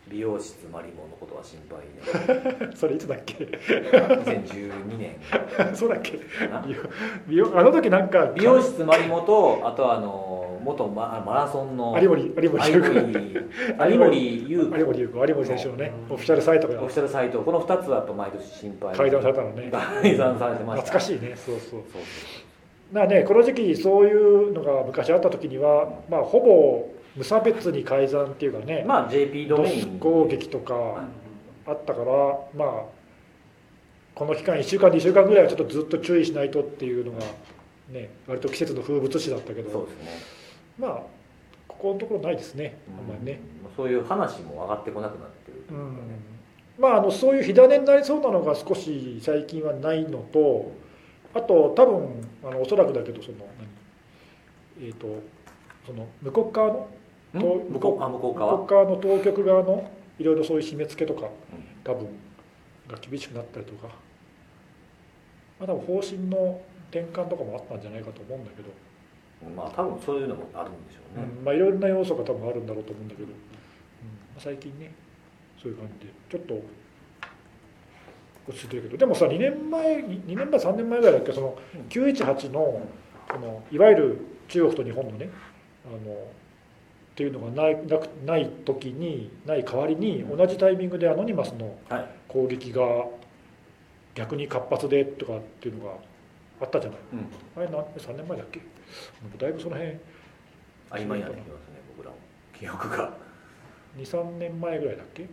Speaker 2: 美容室マリモのことは心配
Speaker 3: それいつだっけ [LAUGHS]
Speaker 2: で2012年
Speaker 3: そうだっけ
Speaker 2: か
Speaker 3: [LAUGHS]
Speaker 2: な
Speaker 3: 美容美容あの時なんか
Speaker 2: 美容室マリモとあとあの元ママラソンの
Speaker 3: 有森有森優子
Speaker 2: 有森有森優子
Speaker 3: 有森優子有森選手のね
Speaker 4: うん
Speaker 3: オフィシャルサイトが
Speaker 2: オフィシャルサイトこの2つはやっぱ毎年心配
Speaker 3: 改ざんされたのね
Speaker 2: 改ざんされてました
Speaker 3: 懐かしいねそうそう
Speaker 2: そう
Speaker 3: だからねこの時期そういうのが昔あった時にはまあほぼ無差別に改ざんっていうかね
Speaker 2: まあ JP ド
Speaker 3: ド
Speaker 2: メイ
Speaker 3: ス
Speaker 2: ン
Speaker 3: 攻撃とかあったからまあこの期間1週間2週間ぐらいはちょっとずっと注意しないとっていうのがね割と季節の風物詩だったけ
Speaker 2: そう
Speaker 3: ど
Speaker 2: ですね
Speaker 3: まあここのところないですねあんまりね、
Speaker 2: うんそういう話も上がってこなくなってると
Speaker 3: う
Speaker 2: いうんかね
Speaker 3: まあ、あのそういう火種になりそうなのが少し最近はないのとあと多分あのおそらくだけどその何えっ、とその向こう側の
Speaker 2: ん
Speaker 3: と
Speaker 2: 向こうあ向こう
Speaker 3: 向こ
Speaker 2: 側
Speaker 3: う側の当局側のいろいろそういう締め付けとか多分が厳しくなったりとか、まあ、多分方針の転換とかもあったんじゃないかと思うんだけど、
Speaker 2: うんまあ多分そういうのもあるんでしょうね、
Speaker 3: うんまあ、いろんな要素が多分あるんだろうと思うんだけど、うんまあ最近ねそういう感じでちょっと落ち着いてるけどでもさ2年前に2年前3年前ぐらいだっけその
Speaker 2: うん
Speaker 3: 918のそのいわゆる中国と日本のねあのっていうのがないなくない時にない代わりに同じタイミングでアノニマスの
Speaker 2: はい
Speaker 3: 攻撃が逆に活発でとかっていうのがあったじゃない
Speaker 2: うん、
Speaker 3: あれ何3年前だっけだいぶその辺
Speaker 2: 曖昧になってきますね僕らも記憶が
Speaker 3: 23年前ぐらいだっけ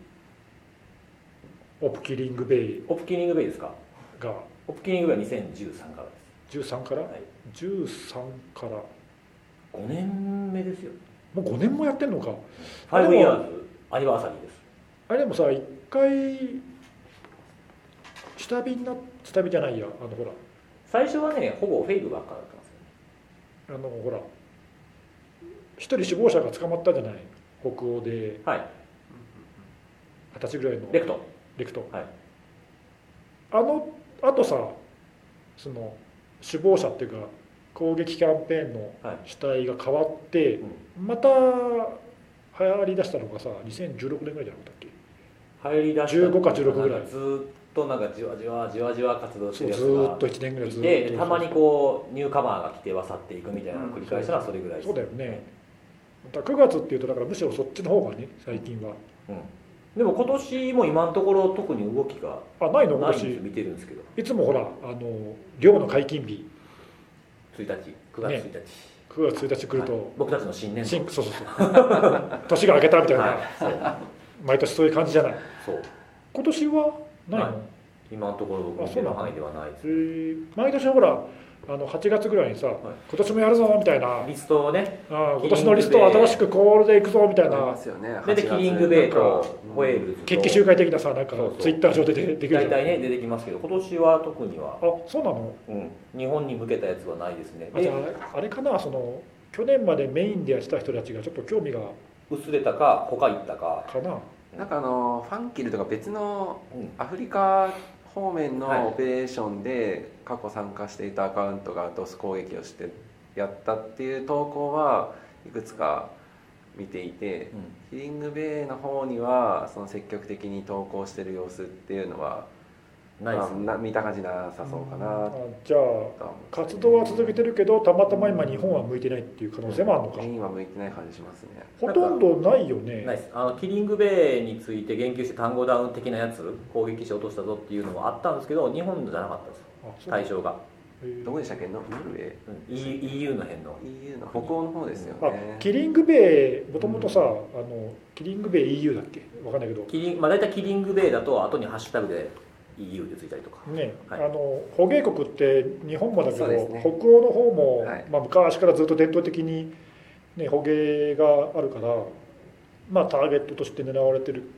Speaker 3: オプキリングベイ
Speaker 2: オプキニングベイですか
Speaker 3: が
Speaker 2: オプキニングベイは2013からで
Speaker 3: 13から、
Speaker 2: はい
Speaker 3: 13からも
Speaker 2: す5年目ですよ
Speaker 3: う5年もやってんのか
Speaker 2: フ
Speaker 3: あ
Speaker 2: ァイ
Speaker 3: でも
Speaker 2: ブイヤーズアニバーサリーです
Speaker 3: あれでもさ一回下火にな下火じゃないやあのほら
Speaker 2: 最初はねほぼフェイクばっかだったんですよね
Speaker 3: あのほら一人死亡者が捕まったじゃない北欧で
Speaker 2: はい
Speaker 3: 二十歳ぐらいの
Speaker 2: レクト
Speaker 3: レクト、
Speaker 2: はい
Speaker 3: あのあとさその首謀者っていうか攻撃キャンペーンの
Speaker 2: はい
Speaker 3: 主体が変わって、また流行りだしたのがさ2016年ぐらいじゃなかったっけ
Speaker 2: 入り出した
Speaker 3: 15か16ぐらい
Speaker 2: なんかずーっとなんかじわじわじわじわ活動して
Speaker 3: そう
Speaker 2: るやつ
Speaker 3: ず
Speaker 2: が
Speaker 3: ーっと1年ぐらいずーっと
Speaker 2: でたまにこうニューカマーが来ては去っていくみたいなのを繰り返したらそれぐらいです
Speaker 3: そうだよねだから9月っていうとだからむしろそっちの方がね最近は
Speaker 2: うんでも今年も今のところ特に動きが
Speaker 3: あないの
Speaker 2: ないんです
Speaker 3: 私
Speaker 2: 見てるんですけど
Speaker 3: いつもほらあの漁の解禁日
Speaker 2: 1日9月1日、
Speaker 3: 9月1日来ると、
Speaker 2: はい僕たちの新年度
Speaker 3: 新そうそうそう年が明けたみたいな、
Speaker 2: はいそう
Speaker 3: 毎年そういう感じじゃない
Speaker 2: そう
Speaker 3: 今年はないの、
Speaker 2: ない今のところ僕見てる範囲ではないです
Speaker 3: えー毎年ほらあの8月ぐらいにさ、今年もやるぞみたいなあ
Speaker 2: リストをね
Speaker 3: ー今年のリストを新しくコールでいくぞみたい
Speaker 4: あり
Speaker 3: な
Speaker 4: ますよね
Speaker 2: で
Speaker 4: 8
Speaker 2: キ
Speaker 4: 月
Speaker 2: リングベイ
Speaker 4: なん
Speaker 2: と
Speaker 4: か
Speaker 2: ホエールズと
Speaker 3: 決起集会的なさなんか
Speaker 2: そうそう
Speaker 3: ツイッター上で出てできるじ
Speaker 2: 大
Speaker 3: ゃんあ
Speaker 2: 体ね出てきますけど今年は特には、
Speaker 3: そうなの
Speaker 2: うん、日本に向けたやつはないですね
Speaker 3: あじ
Speaker 2: で
Speaker 3: ゃああれかなその去年までメインでやってた人たちがちょっと興味が
Speaker 2: 薄れたか他行ったか、
Speaker 3: かな
Speaker 4: なんかあのファンキルとか別の
Speaker 2: うん
Speaker 4: アフリカ方面
Speaker 2: はい
Speaker 4: のオペレーションで過去参加していたアカウントがドス攻撃をしてやったっていう投稿はいくつか見ていてヒリングベイの方にはその積極的に投稿してる様子っていうのは、
Speaker 2: ないで
Speaker 4: ますあ、な見た感じなさそうかな
Speaker 3: あじゃあ
Speaker 4: とは
Speaker 3: 活動は続けてるけどたまたま今日本は向いてないっていう可能性もあるの
Speaker 4: 思う
Speaker 3: か、
Speaker 4: メインは向いてない感じしますね
Speaker 3: ほとんどないよ
Speaker 2: ない
Speaker 3: ね
Speaker 2: ですあのキリングベイについて言及して単語ダウン的なやつ攻撃して落としたぞっていうのもあったんですけど日本のじゃなかったです
Speaker 3: あそう
Speaker 2: 対象が、
Speaker 3: えー
Speaker 4: どこでしたっけノルウェ
Speaker 2: うん E- EU の辺の
Speaker 4: ー EU の北欧の方ですよ
Speaker 3: あ
Speaker 4: ね
Speaker 3: キリングベイもともとさ、あのキリングベイ EU だっけわかんないけど
Speaker 2: キリン、まあ、大体キリングベイだと後にハッシュタグで EU でついたりとか
Speaker 3: ね
Speaker 2: はい
Speaker 3: あの捕鯨国って日本もだけど、
Speaker 4: そうですね
Speaker 3: 北欧の方も、
Speaker 4: はい
Speaker 3: まあ、昔からずっと伝統的に、ね、捕鯨があるから、まあ、ターゲットとして狙われてる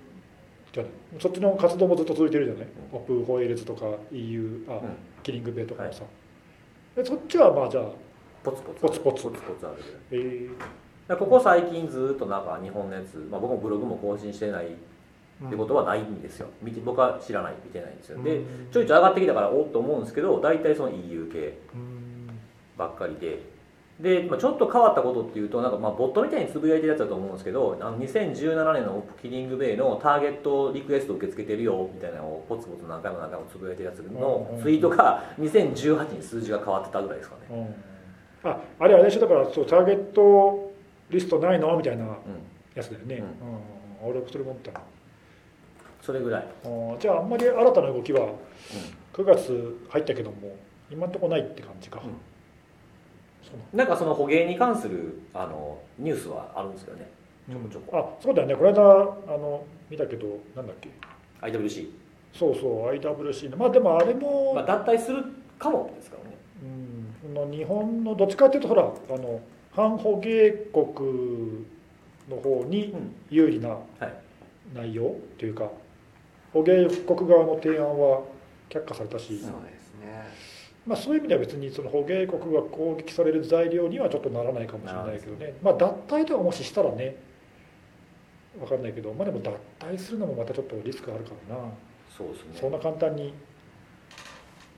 Speaker 3: じゃないそっちの活動もずっと続いてるじゃない、
Speaker 2: う
Speaker 3: オプホエールズとか EU あ、
Speaker 2: ん
Speaker 3: キリングベイとかもさ、でそっちはまあじゃあ、
Speaker 2: ポツポツ
Speaker 3: ポツポツ
Speaker 2: ポツポツあるぐらい
Speaker 3: えー
Speaker 2: だからここ最近ずっとなんか日本のやつ、まあ、僕もブログも更新してないってことはないんですよ見て僕は知らない見てないんですよで
Speaker 3: うん
Speaker 2: ちょいちょい上がってきたからおっと思うんですけど大体その EU 系
Speaker 3: うん
Speaker 2: ばっかりででまあちょっと変わったことっていうとなんかまあボットみたいにつぶやいてるやつだと思うんですけどあの2017年のキリングベイのターゲットリクエスト受け付けてるよみたいなのをポツポツ何回も何回もつぶやいてるやつ
Speaker 3: うん
Speaker 2: の
Speaker 3: うん
Speaker 2: ツイートが2018に数字が変わってたぐらいですかね、
Speaker 3: うんああれあれでしょだからそうターゲットリストないのみたいな
Speaker 2: うん、
Speaker 3: やつだよね、
Speaker 2: う
Speaker 3: うん俺もそれ持ったな
Speaker 2: それぐらい、
Speaker 3: あじゃああんまり新たな動きは9月入ったけども今んとこないって感じか、
Speaker 2: うん
Speaker 3: そうなん
Speaker 2: なんかその捕鯨に関するあのニュースはあるんですけどね
Speaker 3: ちょ
Speaker 2: こちょこ
Speaker 3: あそうだよねこの間あの見たけどなんだっけ
Speaker 2: IWC、
Speaker 3: そうそう IWC のまあでもあれも、
Speaker 2: まあ、脱退するかもですからね
Speaker 3: うん、この日本のどっちかっていうとほらあの反捕鯨国の方に
Speaker 2: うん
Speaker 3: 有利な
Speaker 2: はい
Speaker 3: 内容というか捕鯨国側の提案は却下されたし、
Speaker 4: そうですね
Speaker 3: まあ、そういう意味では別にその捕鯨国が攻撃される材料にはちょっとならないかもしれないけどね、まあ、脱退とかもししたらね分かんないけど、まあ、でも脱退するのもまたちょっとリスクあるからな、
Speaker 2: そうですね
Speaker 3: そんな簡単に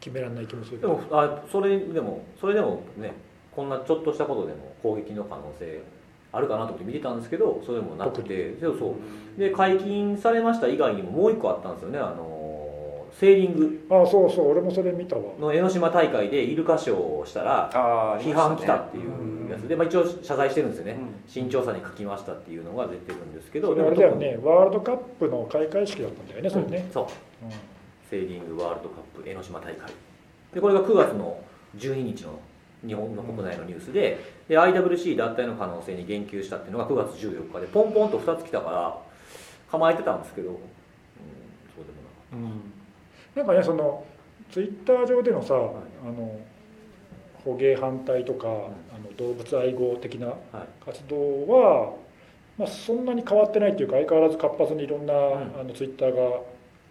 Speaker 3: 決められない気もするけ
Speaker 2: で
Speaker 3: ど
Speaker 2: もあそれでもそれでもねこんなちょっとしたことでも攻撃の可能性あるかなと思って見てたんですけどそれもなくてそうそうで解禁されました以外にももう一個あったんですよねあのーセーリング
Speaker 3: ああそうそう俺もそれ見たわ
Speaker 2: の江ノ島大会でイルカショーをしたら
Speaker 4: ああ
Speaker 2: 批判来たっていうやつで、まあ、一応謝罪してるんですよね新潮さに書きましたっていうのが出てるんですけど
Speaker 3: そ
Speaker 2: で
Speaker 3: れ
Speaker 2: も
Speaker 3: あれだよねワールドカップの開会式だったんだよねそれね、
Speaker 2: そう
Speaker 3: うん
Speaker 2: セーリングワールドカップ江ノ島大会でこれが9月の12日の日本の国内のニュースでで IWC 脱退の可能性に言及したっていうのが9月14日でポンポンと2つ来たから構えてたんですけど、うん、そうでもなか
Speaker 3: なんかねそのツイッター上でのさ、
Speaker 2: い
Speaker 3: あの捕鯨反対とか、
Speaker 2: ん
Speaker 3: あの動物愛護的な
Speaker 2: った、はい
Speaker 3: 活動は、まあ、そんなに変わってないっていうか相変わらず活発にいろんな、
Speaker 2: ん
Speaker 3: あのツイッターが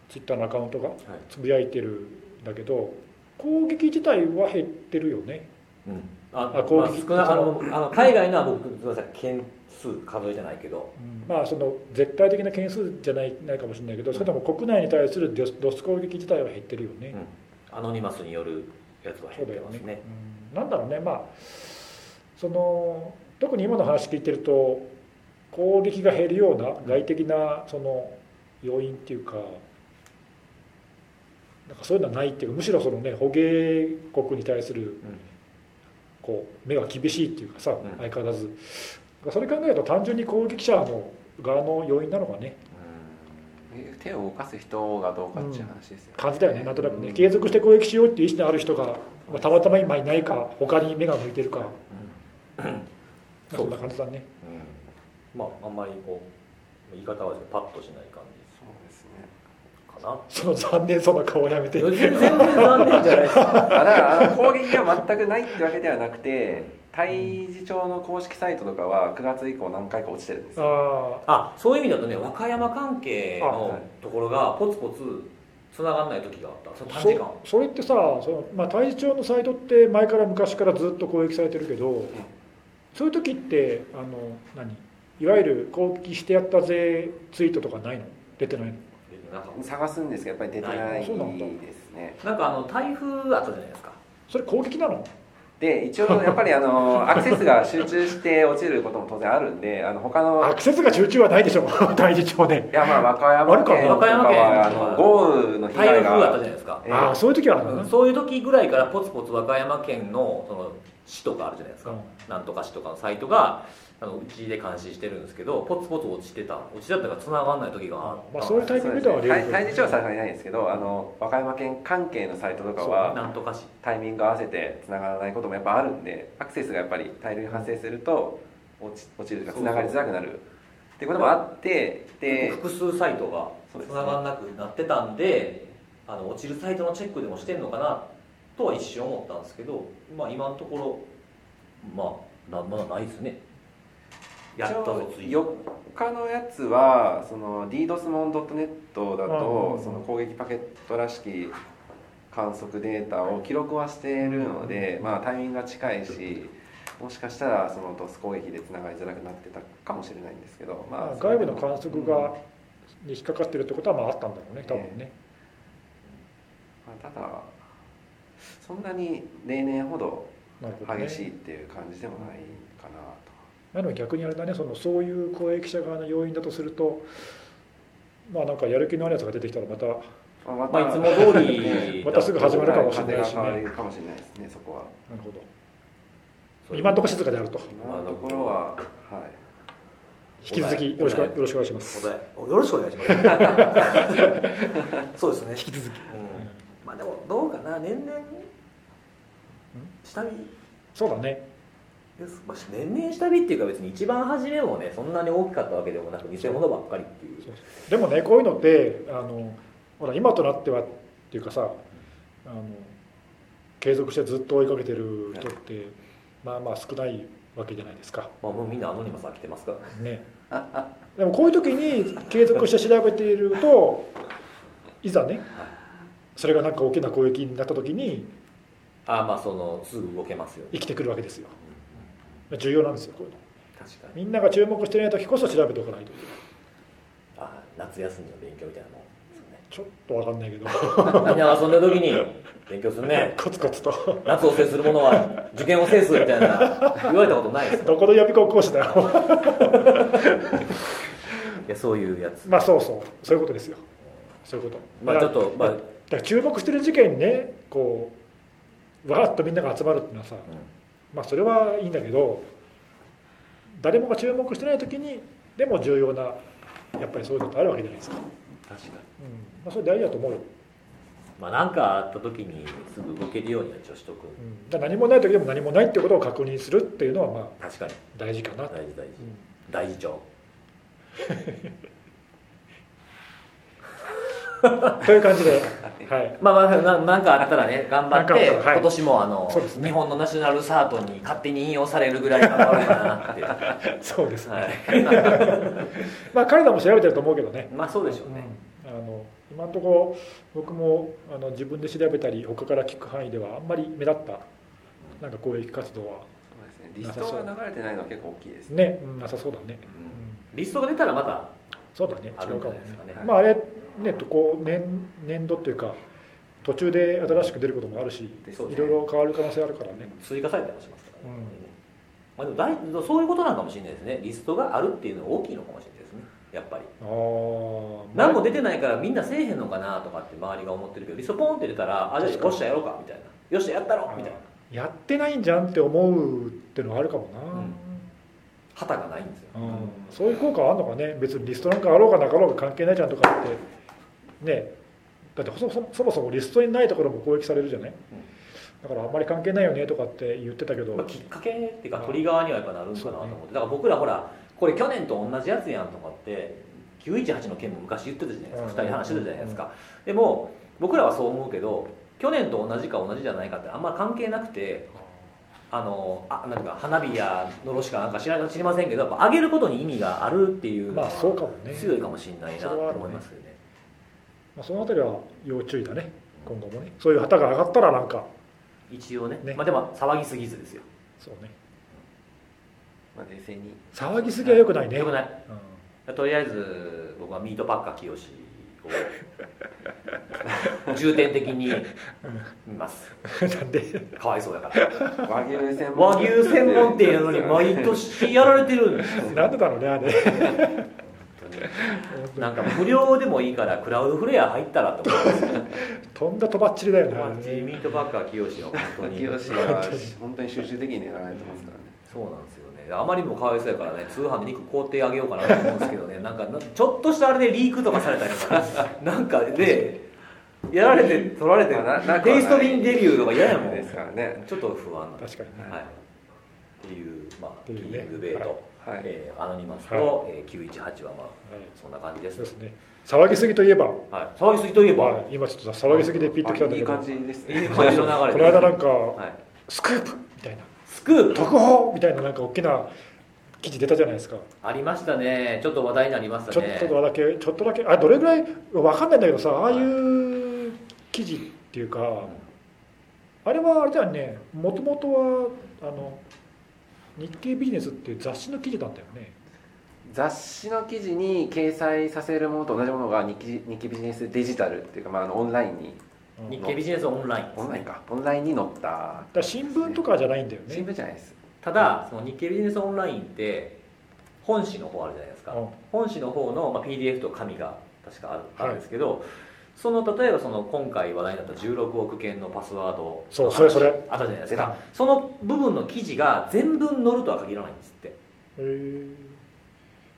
Speaker 3: ツイッターのアカウントが
Speaker 2: はい
Speaker 3: つぶやいてるんだけど攻撃自体は減ってるよね
Speaker 2: うん、あ
Speaker 3: あ攻
Speaker 2: まあ
Speaker 3: 撃
Speaker 2: 少なあのあの海外のは僕すみません件数数えてないけど、
Speaker 3: まあその絶対的な件数じゃないないかもしれないけどそれとも国内に対するデスロス攻撃自体は減ってるよ
Speaker 2: う
Speaker 3: ね、
Speaker 2: ん、アノニマスによるやつは
Speaker 3: そ
Speaker 2: 減
Speaker 3: う
Speaker 2: っ
Speaker 3: だ
Speaker 2: て
Speaker 3: よ
Speaker 2: ます
Speaker 3: ね
Speaker 2: ね、
Speaker 3: うんなんだろうねまあその特に今の話聞いてると攻撃が減るような外的なその要因っていうかなんかそういうのはないっていうかむしろそのね捕鯨国に対する
Speaker 2: うん
Speaker 3: こう目が厳しいっていうかさ、
Speaker 2: ん
Speaker 3: 相変わらずそれ考えると単純に攻撃者の側の要因なのかね
Speaker 4: え手を動かす人がどうかっていう話ですよね、
Speaker 3: 感じだよねなんとなく
Speaker 4: う
Speaker 3: ね継続して攻撃しようっていう意思のある人が、まあ、たまたま今いないか他に目が向いてるか
Speaker 2: うん
Speaker 3: そんな感じだね
Speaker 2: うんまああんまりこう言い方はパッとしない感じ
Speaker 4: そうですね
Speaker 2: かな
Speaker 3: その残念そうな顔やめて
Speaker 2: 全然残念じゃないですか
Speaker 4: あだからあの攻撃が全くないってわけではなくて対事長の公式サイトとかは9月以降何回か落ちてるんですよ
Speaker 2: あ
Speaker 3: あ
Speaker 2: そういう意味だとね和歌山関係
Speaker 3: あは
Speaker 2: のところがポツポツつながんない時があったその短時間
Speaker 3: そそれってさその、まあ、太地町のサイトって前から昔からずっと攻撃されてるけどそういう時ってあの何いわゆる攻撃してやったぜツイートとかないの出てないの
Speaker 2: なんか
Speaker 4: 探すんですけどやっぱり出てな
Speaker 3: あそうなんだ
Speaker 4: いですね
Speaker 2: なんかあの台風あったじゃないですか
Speaker 3: それ攻撃なの
Speaker 4: で一応やっぱり
Speaker 3: [LAUGHS]
Speaker 4: あのアクセスが集中して落ちることも当然あるんであの他の
Speaker 3: アクセスが集中はないでしょ [LAUGHS] 太地町で
Speaker 4: いやまあ和歌山県とか
Speaker 2: あるかも
Speaker 4: はあの豪雨の被
Speaker 2: 台
Speaker 4: 害
Speaker 2: 風あったじゃ
Speaker 4: が
Speaker 2: ないですか、
Speaker 4: ええ
Speaker 3: ああそういう時はあるのね、
Speaker 2: そういう時ぐらいからポツポツ和歌山県のその市とかあるじゃないですか、
Speaker 3: うん
Speaker 2: なんとか市とかのサイトがあのうちで監視してるんですけどポツポツ落ちてた落ちちゃったから繋がんない時があった
Speaker 3: まあそういうタイミングではあり得る
Speaker 4: そうですね対対事長はさすがにないんですけどあの和歌山県関係のサイトとかは
Speaker 2: なんとか市
Speaker 4: タイミング合わせて繋がらないこともやっぱあるんでアクセスがやっぱり大量に発生すると落ち落ちるとか繋がりづらくなるっていうこともあってで
Speaker 2: 複数サイトが
Speaker 4: そうです
Speaker 2: 繋
Speaker 4: ね
Speaker 2: がんなくなってたんであの落ちるサイトのチェックでもしてんのかなとは一瞬思ったんですけど、まあ、今のところまあなまだないですねやったぞツイー
Speaker 4: 4
Speaker 2: ト
Speaker 4: 日のやつはその ddosmon.net だ
Speaker 3: うんうんう
Speaker 4: と
Speaker 3: ん
Speaker 4: その攻撃パケットらしき観測データを記録はしているので、まあ、タイミングが近いしもしかしたらそのドス攻撃でつながりづらくなってたかもしれないんですけど、ま
Speaker 3: ま
Speaker 4: あ
Speaker 3: あ、、外部の観測が、に引っかかってるってことはまああったんだろうね多分ね、
Speaker 4: まあ、ただそんなに例年ほど
Speaker 3: なるほどね
Speaker 4: 激しいっていう感じでもないかなと
Speaker 3: なので逆にあれだねそのそういう公益者側の要因だとするとまあなんかやる気のあるやつが出てきたらまたな
Speaker 4: あ
Speaker 2: まあいつも通り
Speaker 1: [LAUGHS]
Speaker 3: またすぐ始まるかもしれないしね
Speaker 4: 風が変わるかもしれないですねそこは
Speaker 3: るほど
Speaker 2: そういう
Speaker 3: 今のところ静かであると
Speaker 4: 今のところははい
Speaker 3: 引き続きよろしく
Speaker 1: お
Speaker 3: よ
Speaker 1: 題
Speaker 3: ろしくお願いします
Speaker 1: お題およろしくお願いし
Speaker 2: [LAUGHS]
Speaker 1: ますそうですね
Speaker 3: 引き続き
Speaker 1: うんまあでもどうかな年々下火
Speaker 3: そうだね
Speaker 1: です
Speaker 2: まあ年々下火っていうか別に一番初めもねそんなに大きかったわけでもなく偽物ばっかりっていう
Speaker 3: でもねこういうのってあのほら今となってはっていうかさあの継続してずっと追いかけてる人ってまあまあ少ないわけじゃないですか
Speaker 2: まあもうみんなアノニマス飽きてますから
Speaker 3: ねでもこういう時に継続して調べているといざねそれがなんか大きな攻撃になった時に
Speaker 2: ああまあそのすぐ動けますよ
Speaker 3: 生きてくるわけですよ重要なんですよこういうの
Speaker 2: 確かに
Speaker 3: みんなが注目してない時こそ調べておかないと
Speaker 2: あー夏休みの勉強みたいなもんですよね
Speaker 3: ちょっと分かんないけど
Speaker 2: みんな遊んでる時に勉強するね
Speaker 3: [LAUGHS] コツコツと
Speaker 2: 夏を制する者は受験を制すみたいな言われたことないですか
Speaker 3: どこの予備校講師だよ [LAUGHS]
Speaker 2: いやそういうやつ
Speaker 3: まあそうそうそういうことですよそういうこと
Speaker 2: まあちょっとまあ、うん
Speaker 3: だから注目してる事件にねこうわーっとみんなが集まるっていうのはさ、まあそれはいいんだけど誰もが注目してない時にでも重要なやっぱりそういうのってあるわけじゃないですか、うん
Speaker 4: 確か
Speaker 3: まあ、それ大事だと思うよ、
Speaker 2: まあなんかあった時にすぐ動けるようには一応しとく
Speaker 3: うん、だから何もない時でも何もないってことを確認するっていうのはまあ
Speaker 2: 確かに
Speaker 3: 大事かな
Speaker 2: 大
Speaker 3: と、
Speaker 2: 事大事
Speaker 3: うん
Speaker 2: 大事長
Speaker 3: という感じで、
Speaker 2: [LAUGHS]
Speaker 3: はい、
Speaker 2: まあまあななんかあったらね頑張って、
Speaker 3: なんかあったらはい
Speaker 2: 今年もあの、
Speaker 3: そうですね
Speaker 2: 日本のナショナルサートに勝手に引用されるぐらい頑張ろうかなって、は
Speaker 3: そう [LAUGHS] ですね、
Speaker 2: い、
Speaker 3: まあ彼らも調べてると思うけどね、
Speaker 2: まあそうでしょうね、
Speaker 3: うんあの今のところ僕もあの自分で調べたり他から聞く範囲ではあんまり目立ったなんか公益活動は
Speaker 4: そうですねリストが流れてないのは結構大きいですね
Speaker 3: ね、うんなさそうだね、
Speaker 4: う
Speaker 3: うんん
Speaker 2: リストが出たらまた
Speaker 3: そうだね
Speaker 2: あ
Speaker 3: 違
Speaker 2: る
Speaker 3: うん
Speaker 2: じ
Speaker 3: か
Speaker 2: ゃ
Speaker 3: も
Speaker 2: ない
Speaker 3: ね
Speaker 2: ですかね
Speaker 3: まああれねこう年年度っていうか途中で新しく出ることもあるし
Speaker 4: ですね
Speaker 3: いろいろ変わる可能性あるからね
Speaker 2: 追加されたりもしますからね、
Speaker 3: うん
Speaker 2: まあ、でも大事そういうことなのかもしれないですねリストがあるっていうのが大きいのかもしれないですねやっぱり
Speaker 3: ああ
Speaker 2: 何も出てないからみんなせえへんのかなとかって周りが思ってるけどリストポンって出たらあじゃあよっしゃやろうかみたいなよっしゃやったろみたいな
Speaker 3: やってないんじゃんって思うってのはあるかもな、
Speaker 2: うん旗がないんですよ
Speaker 3: うんそういう効果はあるのかね別にリストなんかあろうがなかろうが関係ないじゃんとかってねだってそそそもそもリストにないところも攻撃されるじゃない、だからあんまり関係ないよねとかって言ってたけど、
Speaker 2: まあ、きっかけっていうかトリガーにはやっぱなるんかなと思って、だから僕らほらこれ去年と同じやつやんとかって918の件も昔言ってたじゃないですか、
Speaker 3: うん
Speaker 2: 2人話してたじゃないですか、でも僕らはそう思うけど去年と同じか同じじゃないかってあんま関係なくてあのあなんか花火やのろしかなんか知ら知りませんけどやっぱ上げることに意味があるっていうの
Speaker 3: ま
Speaker 2: は
Speaker 3: あそうかもね、
Speaker 2: 強いかもしれないな
Speaker 3: そ
Speaker 2: と
Speaker 3: れはあるね
Speaker 2: 思いますよね
Speaker 3: まあ、そのあたりは要注意だね今後もねそういう旗が上がったらなんか
Speaker 2: 一応ね
Speaker 3: ね
Speaker 2: まあ、でも騒ぎすぎずですよ
Speaker 3: そうね
Speaker 4: まあ冷静に
Speaker 3: 騒ぎすぎはよくないね、
Speaker 2: よくない
Speaker 3: うん
Speaker 2: とりあえず僕はミートパッカー清を重点的に見ます
Speaker 3: なんで
Speaker 2: かわいそうだから
Speaker 4: 和牛専門
Speaker 2: 和牛専門店やのに毎年やられてるんですよ
Speaker 3: なんでだろうねあれ
Speaker 2: 本当になんか無料でもいいからクラウドフレア入ったらと思って
Speaker 3: とんだとばっちりだよね
Speaker 4: [LAUGHS]
Speaker 3: あれ
Speaker 2: マジミートパッカー清を本当に
Speaker 4: 清志は本当に集中的にやられてますからね
Speaker 2: そうなんですよねあまりにもかわいそうやからね通販で肉買うてあげようかなと思うんですけどねなんかなちょっとしたあれでリークとかされたりとかなんかでやられて取られて
Speaker 4: まあななく
Speaker 2: [LAUGHS]
Speaker 4: はない
Speaker 2: テイスト便デビューとか嫌やもん
Speaker 4: ですからね
Speaker 2: ちょっと不安なんです
Speaker 3: 確かにね
Speaker 2: はい、っていう、まあ、
Speaker 3: て
Speaker 2: キ
Speaker 3: いうね
Speaker 2: ングベイと、
Speaker 4: はいはい
Speaker 2: えーアノニマスと、
Speaker 3: は
Speaker 2: えー918は、まあ、そんな感じです
Speaker 3: そうですね騒ぎすぎといえば、
Speaker 2: はい、騒ぎすぎといえば、
Speaker 3: まあ今ちょっとさ騒ぎすぎでピッときたん
Speaker 4: あ
Speaker 3: だ
Speaker 4: い
Speaker 3: け
Speaker 4: い
Speaker 3: ど
Speaker 4: 感じです
Speaker 2: いい
Speaker 4: ね
Speaker 2: 感じの流れ
Speaker 3: こ
Speaker 2: で
Speaker 3: の間なんか、
Speaker 2: はい、
Speaker 3: スクープみたいな
Speaker 2: スクープ
Speaker 3: 特報みたいななんか大きな記事出たじゃないですか、
Speaker 2: ありましたねちょっと話題になりまし
Speaker 3: ち
Speaker 2: た
Speaker 3: ょ
Speaker 2: ね
Speaker 3: っとだけちょっとだけあどれぐらいわかんないんだけどさああいう記事っていうか、あれはあれだよねもともとはあの日経ビジネスっていう雑誌の記事だったよね
Speaker 4: 雑誌の記事に掲載させるものと同じものが日記日記ビジネスデジタルっていうか、まあ、あのオンラインに
Speaker 3: うん
Speaker 2: 日経ビジネスオンラインですね
Speaker 4: オンラインかオンラインに載った
Speaker 3: だから新聞とかじゃないんだよ
Speaker 4: 新
Speaker 3: ね
Speaker 4: 聞じゃないです
Speaker 2: ただその日経ビジネスオンラインって本誌の方あるじゃないですか、
Speaker 3: うん
Speaker 2: 本誌の方の、まあ、PDF と紙が確かあるあるんですけど、その例えばその今回話題になった16億件のパスワード
Speaker 3: そうそれそれ
Speaker 2: あったじゃないです
Speaker 3: うん
Speaker 2: かその部分の記事が全文載るとは限らないんですってだ
Speaker 3: へー
Speaker 2: か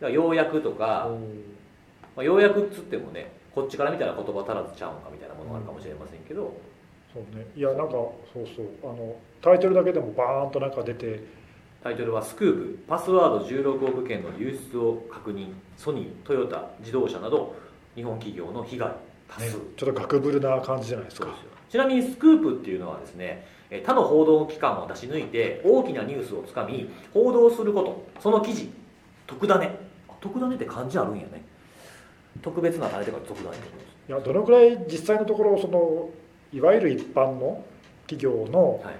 Speaker 2: ら要約とか、
Speaker 3: うん
Speaker 2: まあ、要約っつってもねこっちから見たら言葉足らずちゃうんかみたいなものがあるかもしれませんけど、
Speaker 3: そうねいやなんかそうそうあのタイトルだけでもバーンとなんか出て
Speaker 2: タイトルは「スクープパスワード16億件の流出を確認ソニートヨタ自動車など日本企業の被害多
Speaker 3: ね
Speaker 2: 数」
Speaker 3: ちょっとガクブルな感じじゃないです
Speaker 2: そうで
Speaker 3: か
Speaker 2: すよちなみにスクープっていうのはですねえー他の報道機関を出し抜いて大きなニュースをつかみ報道することその記事特ダネあ特ダネって漢字あるんやね特別なタレとか特ダネって言うんです
Speaker 3: いやどのくらい実際のところそのいわゆる一般の企業の
Speaker 2: はい、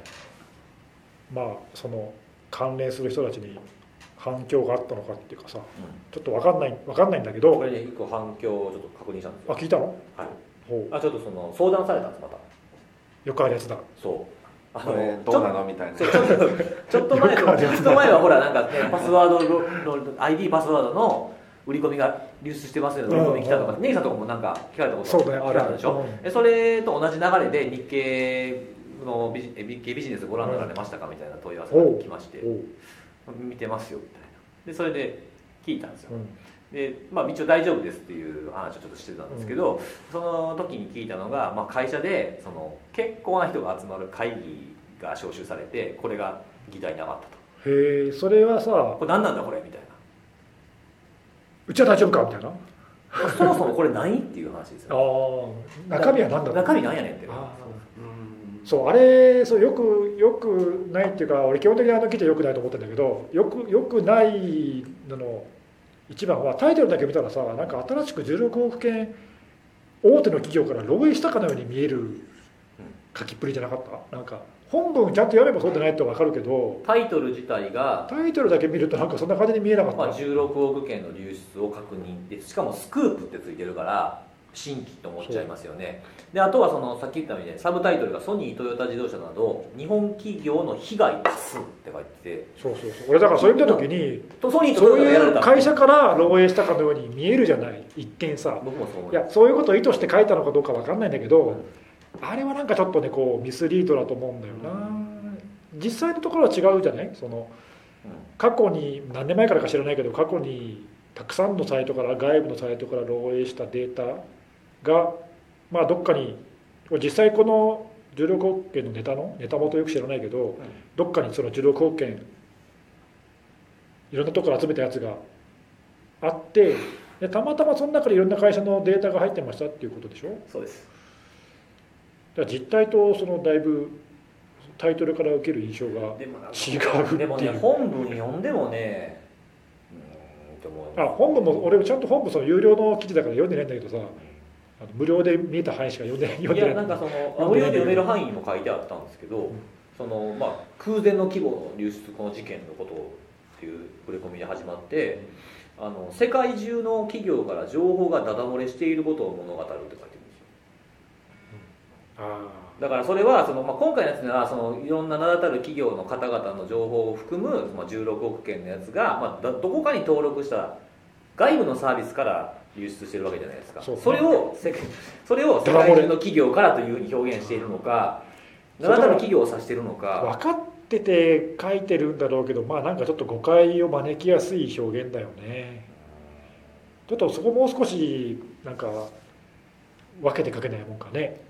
Speaker 3: まあその関連する人たちに反響があったのかっていうかさちょっとわかんないわかんないんだけ
Speaker 2: うん、こ
Speaker 3: ど
Speaker 2: れで一個反響をちょっと確認したんです
Speaker 3: あ
Speaker 2: よ
Speaker 3: 聞いたの
Speaker 2: はい、
Speaker 3: ほう
Speaker 2: あちょっとその相談されたんですまた
Speaker 3: よくあるやつだ
Speaker 2: そうあ
Speaker 4: これ
Speaker 2: ちょ
Speaker 4: どうなのみたいな
Speaker 2: そうちょっとちょっと前
Speaker 3: よく
Speaker 2: は
Speaker 3: ある
Speaker 2: ちょ
Speaker 3: や
Speaker 2: っ
Speaker 3: つ
Speaker 2: と前はほらなんかねパスワードの ID パスワードの売り込みが流出してますよね売り込み来たとか
Speaker 3: うん
Speaker 2: ネギさんとかもなんか聞かれたこと
Speaker 3: そうね
Speaker 2: 聞かれたでしょ、
Speaker 3: あるある
Speaker 2: えそれと同じ流れで日経のビジえ日経ビジネスご覧になられましたかみたいな問い合わせが来まして
Speaker 3: ほう、
Speaker 2: 見てますよみたいなでそれで聞いたんですよ
Speaker 3: うん
Speaker 2: で、まあ、一応大丈夫ですっていう話をちょっとしてたんですけど、その時に聞いたのが、まあ、会社でその結構な人が集まる会議が招集されてこれが議題に上がったと
Speaker 3: へえそれはさ
Speaker 2: これ何なんだこれみたいう
Speaker 3: [LAUGHS] ちは大丈夫かみたいなあ
Speaker 2: なそもそもこれ何っていう話ですよ、
Speaker 3: あ中身は何だろう
Speaker 2: 中身なんやねんって
Speaker 3: あー
Speaker 4: うん
Speaker 3: そうあれそうよくよくないっていうか俺基本的にあの記事よくないと思ってるんだけどよくよくないのの一番はタイトルだけ見たらさなんか新しく16億件大手の企業から漏洩したかのように見える書きっぷりじゃなかったなんか本文ちゃんとやればそうでないと分かるけど
Speaker 2: タイトル自体が、
Speaker 3: タイトルだけ見るとなんかそんな感じに見えなかった、
Speaker 2: まあ、16億件の流出を確認でしかもスクープってついてるから新規と思っちゃいますよねであとはそのさっき言ったみたいにサブタイトルが「ソニー・トヨタ自動車など日本企業の被害多数」って書いてて
Speaker 3: そうそうそう俺だからそれ見た時に
Speaker 2: とソニーと
Speaker 3: そ
Speaker 2: トヨ
Speaker 3: う
Speaker 2: タがやら
Speaker 3: い
Speaker 2: れた
Speaker 3: う会社から漏洩したかのように見えるじゃない一見さ
Speaker 2: 僕もそう思
Speaker 3: い
Speaker 2: いま
Speaker 3: やそういうことを意図して書いたのかどうかわかんないんだけどあれはなんかちょっとねこうミスリードだと思うんだよな実際のところは違うじゃないその過去に何年前からか知らないけど過去にたくさんのサイトから外部のサイトから漏洩したデータがまあどっかに実際この16億件のネタのネタ元よく知らないけど、どっかにその16億件いろんなとこから集めたやつがあってでたまたまその中でいろんな会社のデータが入ってましたっていうことでしょ
Speaker 2: すそうです
Speaker 3: だから実態とそのだいぶタイトルから受ける印象が
Speaker 2: でもなんか
Speaker 3: 違うっていう
Speaker 2: でもね本文読んでもねうーんって思う
Speaker 3: あ本文も俺ちゃんと本文その有料の記事だから読んでないんだけどさあの無料で見えた範囲しか読んでない読ん
Speaker 2: い
Speaker 3: でな
Speaker 2: や
Speaker 3: い
Speaker 2: なんかそ
Speaker 3: な
Speaker 2: の
Speaker 3: んで
Speaker 2: 無料で読める範囲にも書いてあったんですけど、そのまあ、空前の規模の流出この事件のことっていう触れ込みで始まって、あの世界中の企業から情報がダダ漏れしていることを物語るって書いてるんですよ
Speaker 3: あ
Speaker 2: だからそれはその、まあ、今回のやつにはそのいろんな名だたる企業の方々の情報を含む、まあ、16億件のやつが、まあ、だどこかに登録した外部のサービスから流出してるわけじゃないですか
Speaker 3: そう
Speaker 2: それを世界それを世界中の企業からというふうに表現しているのか名だたる企業を指しているの
Speaker 3: あ
Speaker 2: か
Speaker 3: 分かってて書いてるんだろうけどまあなんかちょっと誤解を招きやすい表現だよねちょっとそこもう少しなんか分けて書けないもんかね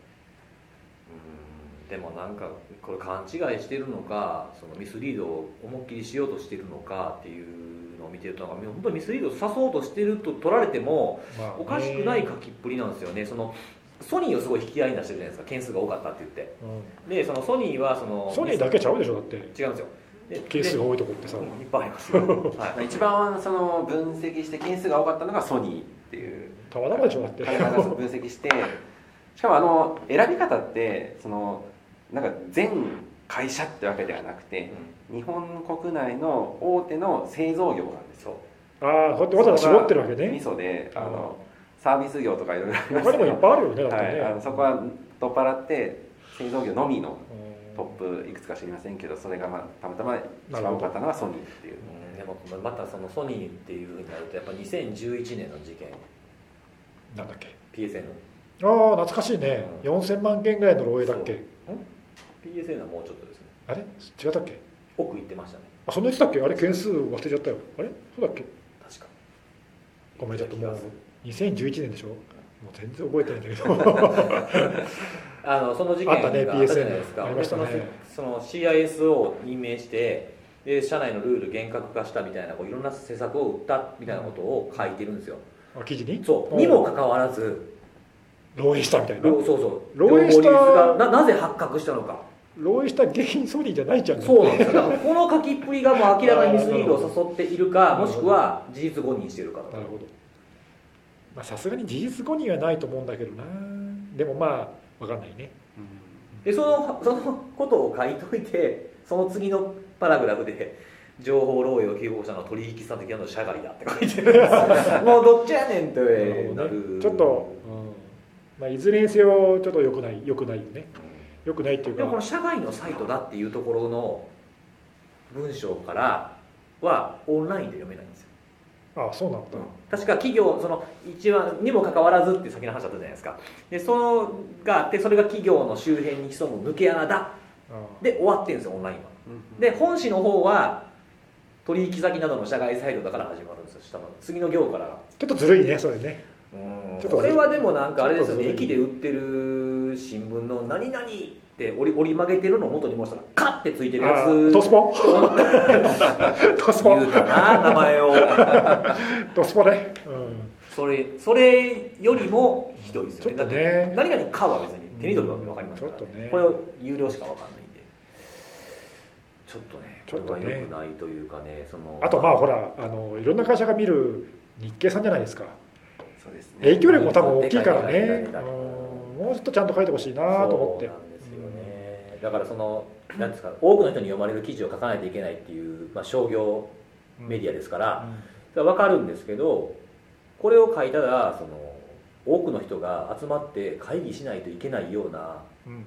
Speaker 2: うんでもなんかこれ勘違いしてるのかそのミスリードを思いっきりしようとしてるのかっていうのを見てるとなんか本当にミスリードをさそうとしてると取られても
Speaker 3: まあね
Speaker 2: おかしくない書きっぷりなんですよねそのソニーをすごい引き合いに出してるじゃないですか件数が多かったって言って
Speaker 3: う
Speaker 2: でそのソニーはその
Speaker 3: んソニーだけちゃうでしょだって
Speaker 2: 違うんですよで
Speaker 3: 係数が
Speaker 2: で
Speaker 3: 多いとこってさ
Speaker 2: うんいっぱいあり
Speaker 3: [LAUGHS]
Speaker 2: ますよ、はい、
Speaker 4: 一番その分析して件数が多かったのがソニーっていう
Speaker 3: たまたまでしょだって
Speaker 4: 彼らが分析してしかもあの選び方ってそのなんか全会社ってわけではなく
Speaker 2: う
Speaker 4: て
Speaker 2: ん
Speaker 4: 日本国内の大手の製造業なんです
Speaker 2: そう
Speaker 4: よ
Speaker 3: ああそうやってわざわざ絞ってるわけ
Speaker 4: ミ
Speaker 3: ね
Speaker 4: ソであのサービス業とかいろいろあります
Speaker 3: 他にもいっぱいあるよねだって
Speaker 4: はい、あの
Speaker 3: ね
Speaker 4: そこは太っ腹って製造業のみの
Speaker 3: うん
Speaker 4: トップいくつか知りませんけどそれが、まあ、たまたま一番多かったのはソニーっていう
Speaker 2: うんでもまたそのソニーっていうふうになるとやっぱ2011年の事件
Speaker 3: なんだっけ
Speaker 2: PSN
Speaker 3: ああ懐かしいね
Speaker 2: う
Speaker 3: 4000万件ぐらいの漏洩だっけ
Speaker 2: PSN はもうちょっとですね
Speaker 3: あれ違ったっけ
Speaker 2: 奥行ってましたね
Speaker 3: あそんな言ってたっけあれ件数忘れちゃったよあれそうだっけ
Speaker 2: 確か
Speaker 3: ごめんちょっとも
Speaker 2: 気が
Speaker 3: う
Speaker 2: する
Speaker 3: 2011年でしょもう全然覚えてないんだけど
Speaker 2: あのその事件が
Speaker 3: あったね
Speaker 2: あったじゃないですか
Speaker 3: PSN ありましたね
Speaker 2: でそのその CISO を任命してで社内のルール厳格化したみたいなこういろんな施策を打ったみたいなことを書いてるんですよ
Speaker 3: あ記事に
Speaker 2: そう
Speaker 3: おう
Speaker 2: にもかかわらず
Speaker 3: 漏洩したみたいな
Speaker 2: ろそうそう
Speaker 3: 漏洩した
Speaker 2: 情報流出がななぜ発覚したのか
Speaker 3: 漏洩した原因ソニーじゃないじゃん
Speaker 2: そうなんですよだからこの書きっぷりがもう明らかにミスリードを誘っているか
Speaker 3: あー
Speaker 2: もしくは事実誤認しているかと
Speaker 3: なるほどまあさすがに事実誤認はないと思うんだけどなでもまあわかんないね
Speaker 2: でその [LAUGHS] そのことを書いといてその次のパラグラフで情報漏洩を希望者の取引先の社外だって書いてるんです
Speaker 3: [LAUGHS]
Speaker 2: よもうどっちやねんってな
Speaker 3: なるほ
Speaker 2: る
Speaker 3: ちょっと、うんまあ、いずれにせよちょっと良くない良くないよね良くないっていう
Speaker 2: でもこの
Speaker 3: か
Speaker 2: 社外のサイトだっていうところの文章からはオンラインで読めないんですよ
Speaker 3: あそうなんだ、
Speaker 2: 確か企業その一番にもかかわらずっていう先の話だったじゃないですかでそのがあってそれが企業の周辺に潜む抜け穴だ
Speaker 3: あ
Speaker 2: で終わってるんですよオンラインは
Speaker 4: うん
Speaker 2: で本誌の方は取引先などの社外サイトだから始まるんですよ下の次の行からが
Speaker 3: ちょっとずるいねそれねちょっと
Speaker 2: これはでもなんかあれですよね
Speaker 3: ちょっとず
Speaker 2: 駅
Speaker 3: るい
Speaker 2: で売ってる新聞の「何々」って折り折り曲げてるのを元に戻したら「カッ」ってついてるや
Speaker 3: あ
Speaker 2: つ
Speaker 3: ートスポトスポ
Speaker 2: 言うかな名前を
Speaker 3: トスポね、うん、
Speaker 2: それそれよりもひどいですよね
Speaker 3: ちょっとね
Speaker 2: だって何々かは別に手に取れば分かりますから、
Speaker 3: ちょっとね
Speaker 2: これを有料しか分かんないんでちょっとね
Speaker 3: ちょっ
Speaker 2: こと
Speaker 3: ね
Speaker 2: れは良くないというかねその
Speaker 3: あとまあほらあのいろんな会社が見る日経さんじゃないですか
Speaker 4: そうですね
Speaker 3: 影響力も多分大きいからね
Speaker 2: でかいでかいでかい
Speaker 3: うんもうちょっとちゃんと書いてほしいなと思って
Speaker 2: そうなんですよねだからそのなんですか多くの人に読まれる記事を書かないといけないっていう、まあ、商業メディアですから、分かるんですけどこれを書いたらその多くの人が集まって会議しないといけないような
Speaker 3: うんうん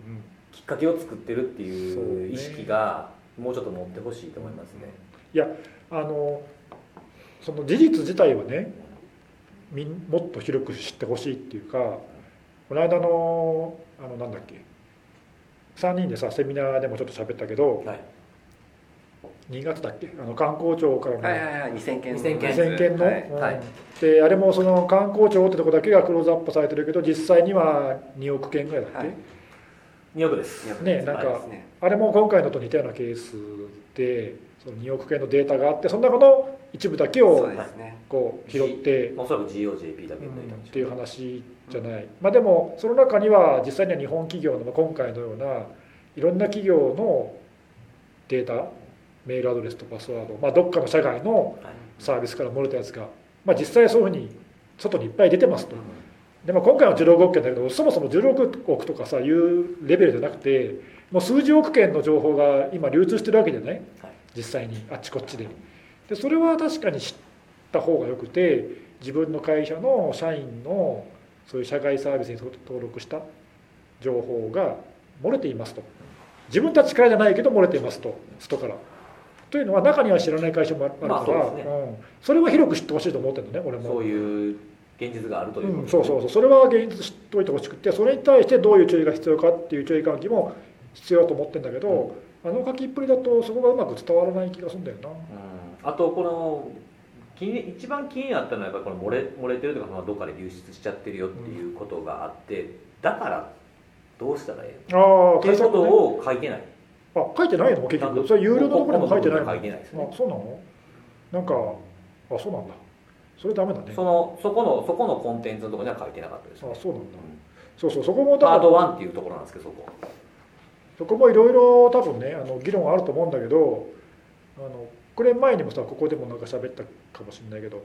Speaker 2: きっかけを作ってるって
Speaker 3: そう
Speaker 2: いう
Speaker 3: ね
Speaker 2: 意識がもうちょっと持ってほしいと思いますね、
Speaker 3: あのその事実自体はねみんもっと広く知ってほしいっていうかこの間のあのなんだっけ3人でさセミナーでもちょっと喋ったけど
Speaker 2: はい
Speaker 3: 新潟だっけあの観光庁からの
Speaker 4: はいはいはい2000件
Speaker 2: 2000件
Speaker 3: 2000件の、
Speaker 4: はい
Speaker 3: うん
Speaker 2: はい
Speaker 3: であれもその観光庁ってとこだけがクローズアップされてるけど実際には2億件ぐらいだっけ、
Speaker 4: はい
Speaker 2: 2億です
Speaker 3: ねなん
Speaker 2: か
Speaker 4: ね
Speaker 3: あれも今回のと似たようなケースでその2億件のデータがあってその中の一部だけ
Speaker 4: そう
Speaker 3: を
Speaker 4: ですね
Speaker 3: こう拾って
Speaker 2: おそらく GOJP だけになりた
Speaker 3: うんん
Speaker 2: で
Speaker 3: っ
Speaker 2: して
Speaker 3: い
Speaker 2: ょう
Speaker 3: う話じゃない、まあ、でもその中には実際には日本企業の今回のようないろんな企業のデータメールアドレスとパスワード、まあ、どっかの社外の
Speaker 2: はい
Speaker 3: サービスから漏れたやつが、まあ、実際そういうふうに外にいっぱい出てますと、でまあ、今回の16億件だけどそもそも16億とかさいうレベルじゃなくてもう数十億件の情報が今流通してるわけじゃない
Speaker 2: はい
Speaker 3: 実際にあっちこっちででそれは確かに知った方がよくて自分の会社の社員のそういう社外サービスに登録した情報が漏れていますと自分たちからじゃないけど漏れていますと外からというのは中には知らない会社もあるから、
Speaker 2: まあそうですね
Speaker 3: うん、それは広く知ってほしいと思ってるのね俺も、
Speaker 2: そういう現実があるといううん
Speaker 3: そうそうそうそれは現実知っておいてほしくてそれに対してどういう注意が必要かっていう注意喚起も必要だと思ってるんだけど、あの書きっぷりだとそこがうまく伝わらない気がするんだよな
Speaker 2: うんあとこの気に一番気になったのはやっぱりこの漏れ漏れてるとかまあどっかで流出しちゃってるよっていうことがあって、だからどうしたらええ
Speaker 3: ああ
Speaker 2: っていうこと
Speaker 3: ね
Speaker 2: を書いてない
Speaker 3: あ書いてないの結局それ有料のところにも書いてないの
Speaker 2: 書い
Speaker 3: あ
Speaker 2: てないですね
Speaker 3: そうなのなんかあそうなんだそれダメだね
Speaker 2: そのそこのそこのコンテンツのところには書いてなかったです
Speaker 3: あ
Speaker 2: ね
Speaker 3: そうなんだ
Speaker 2: うん
Speaker 3: そうそうそこもだか
Speaker 2: パー
Speaker 3: ら
Speaker 2: ト1っていうところなんですけどそこ
Speaker 3: そこもいろいろ多分ねあの議論はあると思うんだけどあのこれ前にもさここでもなんか喋ったかもしれないけど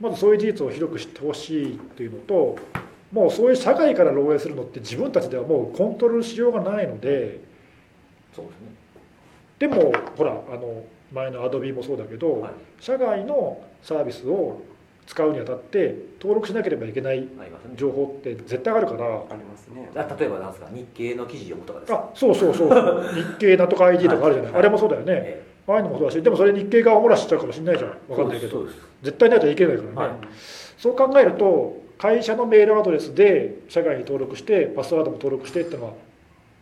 Speaker 3: まずそういう事実を広く知ってほしいっていうのともうそういう社会から漏洩するのって自分たちではもうコントロールしようがないので
Speaker 2: そうですね
Speaker 3: でもほらあの前のアドビもそうだけど、
Speaker 2: はい
Speaker 3: 社外のサービスを使うにあたって登録しなければいけない
Speaker 2: ありますね
Speaker 3: 情報って絶対あるから
Speaker 4: ありますね
Speaker 2: あ例えばなんですか日経の記事読むとかですか
Speaker 3: あそうそうそう日経なんとか ID とかあるじゃない、
Speaker 2: はい
Speaker 3: あれもそうだよね、
Speaker 2: ええ
Speaker 3: ああいうのもそうだしでもそれ日経側を漏らしちゃうかもしれないじゃん分かんないけど
Speaker 2: そうです
Speaker 3: 絶対ないといけないからね、
Speaker 2: はい
Speaker 3: そう考えると会社のメールアドレスで社外に登録してパスワードも登録してってのは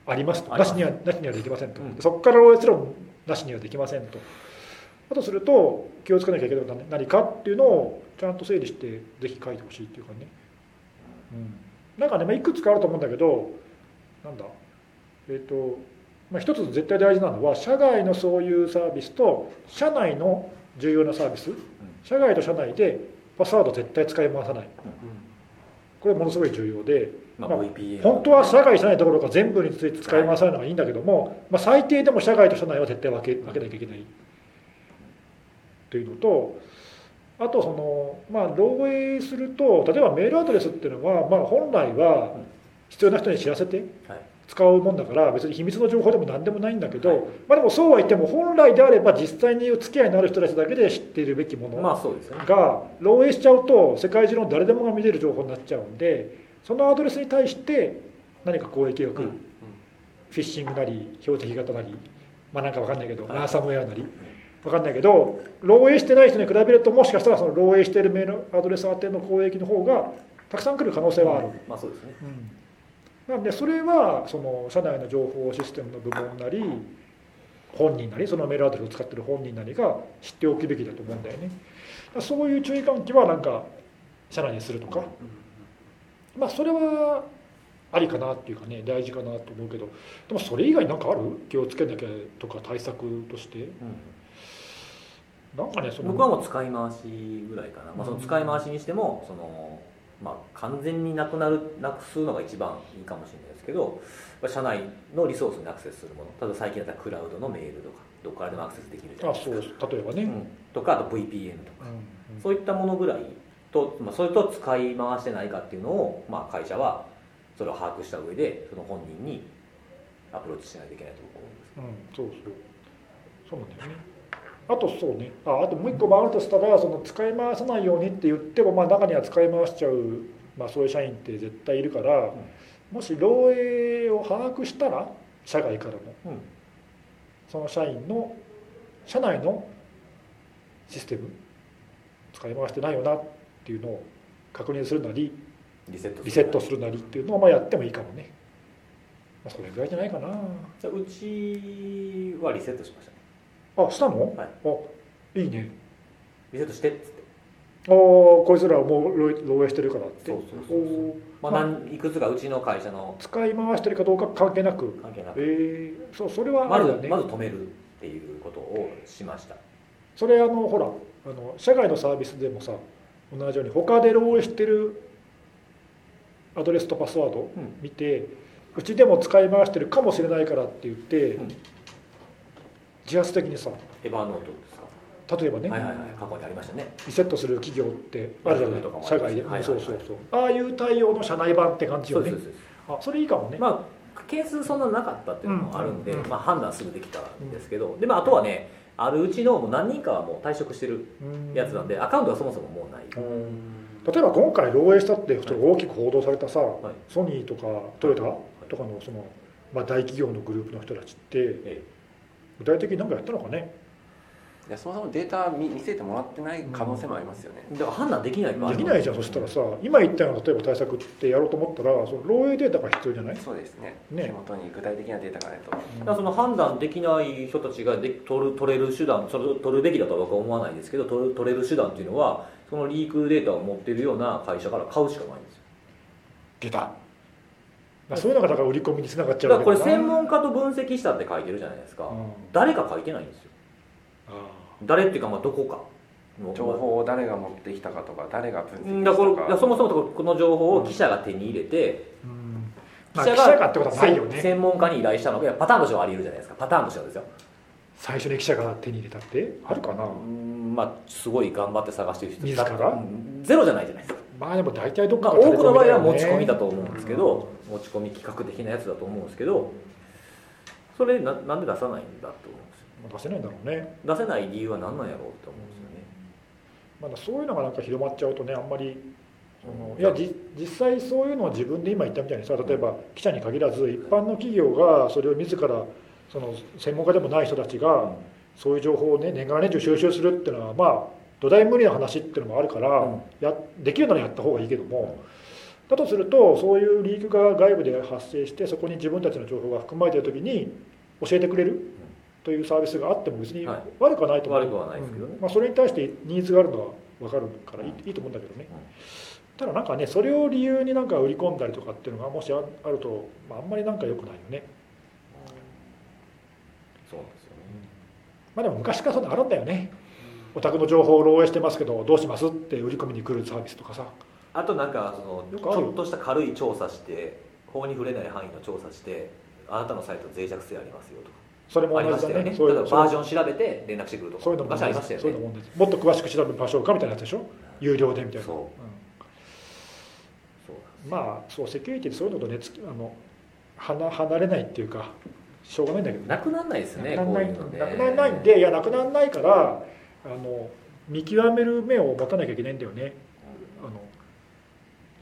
Speaker 3: ありますと
Speaker 2: ありま
Speaker 3: なし
Speaker 2: す
Speaker 3: にはなしにはできませんと、
Speaker 2: うん
Speaker 3: そこから漏洩すらもなしにはできませんとだとすると気をつけなきゃいけないことは何かっていうのをちゃんと整理してぜひ書いてほしいっていうかね、うん、なんかね、まあ、いくつかあると思うんだけどなんだえっ、と、まあ、一つ絶対大事なのは社外のそういうサービスと社内の重要なサービス社外と社内でパスワード絶対使い回さないこれものすごい重要で、
Speaker 2: まあ
Speaker 3: まあ
Speaker 2: VPN
Speaker 3: 本当は社外社内どころか全部について使い回さないのがいいんだけども、まあ、最低でも社外と社内は絶対分け分けなきゃいけないというのとあとその、まあ、漏洩すると例えばメールアドレスっていうのは、まあ、本来は必要な人に知らせて
Speaker 2: はい
Speaker 3: 使うもんだから別に秘密の情報でも何でもないんだけど、
Speaker 2: はい
Speaker 3: まあ、でもそうは言っても本来であれば実際にお付き合いのある人たちだけで知っているべきもの
Speaker 2: まあそうですよね
Speaker 3: が漏洩しちゃうと世界中の誰でもが見れる情報になっちゃうんでそのアドレスに対して何か攻撃が来る、
Speaker 2: うんうん
Speaker 3: フィッシングなり標的型なりまあなんか分かんないけど、
Speaker 2: はい
Speaker 3: ランサムウェアなり分かんないけど漏洩してない人に比べるともしかしたらその漏洩しているメールアドレス宛ての攻撃の方がたくさん来る可能性はある。
Speaker 2: まあそうですね
Speaker 3: うんなのでそれはその社内の情報システムの部門なり本人なりそのメールアドレスを使ってる本人なりが知っておくべきだと思うんだよねだからそういう注意喚起はなんか社内にするとかまあそれはありかなっていうかね大事かなと思うけどでもそれ以外なんかある気をつけなきゃとか対策としてなんかねその
Speaker 2: 僕はもう使い回しぐらいかな、まあ、その使い回しにしてもその、まあ、完全になくなるなくすのが一番いいかもしれないですけどまあ社内のリソースにアクセスするもの例えば最近だったらクラウドのメールとかどこからでもアクセスできるじゃな
Speaker 3: あ
Speaker 2: いです
Speaker 3: そ
Speaker 2: か
Speaker 3: う例えばね、
Speaker 2: うんとかあと VPN とか、
Speaker 3: うん
Speaker 2: そういったものぐらいと、まあ、それと使い回してないかっていうのを、まあ、会社はそれを把握した上でその本人にアプローチしないといけないと思うんです
Speaker 3: うん、そうそう。そうなんだよね。あとそうね、ああともう一個もあるとしたら、その使い回さないようにって言っても、まあ、中には使い回しちゃう、まあ、そういう社員って絶対いるから、もし漏洩を把握したら、社外からも、
Speaker 2: うん
Speaker 3: その社員の、社内のシステム、使い回してないよなっていうのを確認するなり、
Speaker 2: リセットする
Speaker 3: リセットするなりっていうのをまあやってもいいかもね。まあ、それぐらいじゃないかな。
Speaker 2: じゃあうちはリセットしましたね
Speaker 3: あ、したの、
Speaker 2: はい
Speaker 3: あ、いいね。
Speaker 2: リセットしてっつって
Speaker 3: ああ、こいつらはもう漏漏洩してるからって。
Speaker 2: そうそうそうそう
Speaker 3: おー
Speaker 2: まあ、なんいくつかうちの会社の
Speaker 3: 使い回してるかどうか関係なく。
Speaker 2: 関係なく
Speaker 3: ええそう、それはあ
Speaker 2: ま
Speaker 3: れ
Speaker 2: ず
Speaker 3: だね。
Speaker 2: まず止めるっていうことをしました
Speaker 3: それあのほら、あの社外のサービスでもさ、同じように他で漏洩してるアドレスとパスワードを
Speaker 2: うん
Speaker 3: 見て、うちでも使い回してるかもしれないからって言って、
Speaker 2: うん
Speaker 3: 自発的にさ、
Speaker 2: エバーノートですか、
Speaker 3: 例えばね、
Speaker 2: はいはいはい過去にありましたね
Speaker 3: リセットする企業ってあるじゃない
Speaker 2: とかもあります
Speaker 3: 社外で、
Speaker 2: はいはいはい
Speaker 3: そうそうそう。ああいう対応の社内版って感じ
Speaker 2: そ
Speaker 3: よ
Speaker 2: うで
Speaker 3: ね
Speaker 2: す。そうです
Speaker 3: あそれいいかもね、
Speaker 2: まあ件数そんななかったっていうのもあるんで、
Speaker 3: うんうん
Speaker 2: まあ、判断すぐできたんですけど、でまあ、あとはねあるうちのもう何人かはもう退職してる
Speaker 3: うん
Speaker 2: やつなんでアカウントはそもそももうない、
Speaker 3: 例えば今回漏洩したってその大きく報道されたさ、
Speaker 2: い
Speaker 3: ソニーとかトヨタ
Speaker 2: い
Speaker 3: とかのその、まあ、大企業のグループの人たちって
Speaker 2: え
Speaker 3: 具体的に何かやったのかね
Speaker 4: いやそもそもデータ見見せてもらってない可能性もありますよね、
Speaker 2: えだから判断できない場合も
Speaker 3: できないじゃんそしたらさ今言ったような例えば対策ってやろうと思ったらその漏洩データが必要じゃない、
Speaker 4: そうですね
Speaker 3: ね
Speaker 4: 手元に具体的なデータがないと
Speaker 2: だからその判断できない人たちがで取る取れる手段それ取るべきだとは僕は思わないですけど取る取れる手段っていうのはそのリークデータを持ってるような会社から買うしかないんですよ
Speaker 3: 出た、まあ、そういうのがだから売り込みにつながっちゃ
Speaker 2: だ
Speaker 3: う
Speaker 2: か
Speaker 3: わ
Speaker 2: ら
Speaker 3: け
Speaker 2: これ
Speaker 3: な
Speaker 2: 専門家と分析したって書いてるじゃないですか、
Speaker 3: うん
Speaker 2: 誰か書いてないんですよ
Speaker 3: あ
Speaker 2: 誰っていうかまあどこかの
Speaker 4: 情報を誰が持ってきたかとか誰が分
Speaker 2: うん
Speaker 4: 析
Speaker 2: だからこれ
Speaker 4: した
Speaker 2: だから
Speaker 4: か
Speaker 2: そもそもこの情報を記者が手に入れて、
Speaker 3: ーうんまあ、記者がってことはないよ
Speaker 2: せ
Speaker 3: ね
Speaker 2: 専門家に依頼したのがいやパターンとしてはあり得るじゃないですかパターンとしてはですよ
Speaker 3: 最初に記者が手に入れたってあるかな、
Speaker 2: うんまあすごい頑張って探してる人
Speaker 3: 自ら
Speaker 2: うんゼロじゃないじゃないですか
Speaker 3: まあでも大体どっ
Speaker 2: ま
Speaker 3: か
Speaker 2: あ、
Speaker 3: から
Speaker 2: 多くの場合は
Speaker 3: よ
Speaker 2: 持
Speaker 3: ね
Speaker 2: ち込みだと思うんですけど、持ち込み企画的なやつだと思うんですけどそれななんで出さないんだと思うんですよ
Speaker 3: 出せないんだろうね
Speaker 2: 出せない理由は何なんやろうって思うんですよね
Speaker 3: まだそういうのがなんか広まっちゃうとねあんまりそのいやじ実際そういうのを自分で今言ったみたいにさ例えば記者に限らず一般の企業がそれを自らその専門家でもない人たちがそういう情報をね年がら年中収集するっていうのはまあ土台無理な話っていうのもあるから、
Speaker 2: うん
Speaker 3: やできるならやった方がいいけどもだとするとそういうリークが外部で発生してそこに自分たちの情報が含まれている時に教えてくれるというサービスがあっても別に
Speaker 2: はい
Speaker 3: 悪くはないと思う、
Speaker 2: 悪くはないですけどね
Speaker 3: うんまあ、それに対してニーズがあるのは分かるからいい,、いいと思うんだけどね、ただなんかねそれを理由になんか売り込んだりとかっていうのがもしああると、まあ、あんまりなんか良くないよね
Speaker 2: そうなんですよね
Speaker 3: まあでも昔からそんなのあるんだよねお宅の情報を漏洩してますけどどうしますって売り込みに来るサービスとかさ
Speaker 2: あとなんかその
Speaker 3: よ
Speaker 2: ち
Speaker 3: くある
Speaker 2: ょっとした軽い調査して法に触れない範囲の調査してあなたのサイト脆弱性ありますよとか
Speaker 3: それも
Speaker 2: あり
Speaker 3: 同
Speaker 2: ま
Speaker 3: じ
Speaker 2: した
Speaker 3: だ
Speaker 2: よ
Speaker 3: ね
Speaker 2: ね
Speaker 3: そうい
Speaker 2: 例
Speaker 3: う
Speaker 2: えば
Speaker 3: の
Speaker 2: バージョン調べて連絡してくると
Speaker 3: そ
Speaker 2: か
Speaker 3: ういうのも
Speaker 2: 昔ありましたよ
Speaker 3: そういうの
Speaker 2: ね
Speaker 3: も同じもっと詳しく調べましょうかみたいなやつでしょ有料でみたいな、
Speaker 2: そ
Speaker 3: うん
Speaker 2: そうなんです
Speaker 3: まあそうセキュリティってそういうのとねつきあの離離れないっていうかしょうがないんだけどね
Speaker 2: なくならないですね
Speaker 3: なく
Speaker 2: こ
Speaker 3: な
Speaker 2: う
Speaker 3: ら
Speaker 2: い
Speaker 3: な
Speaker 2: う
Speaker 3: い
Speaker 2: のね
Speaker 3: なくならないんでいやなくならないからあの見極める目を持たなきゃいけないんだよねあの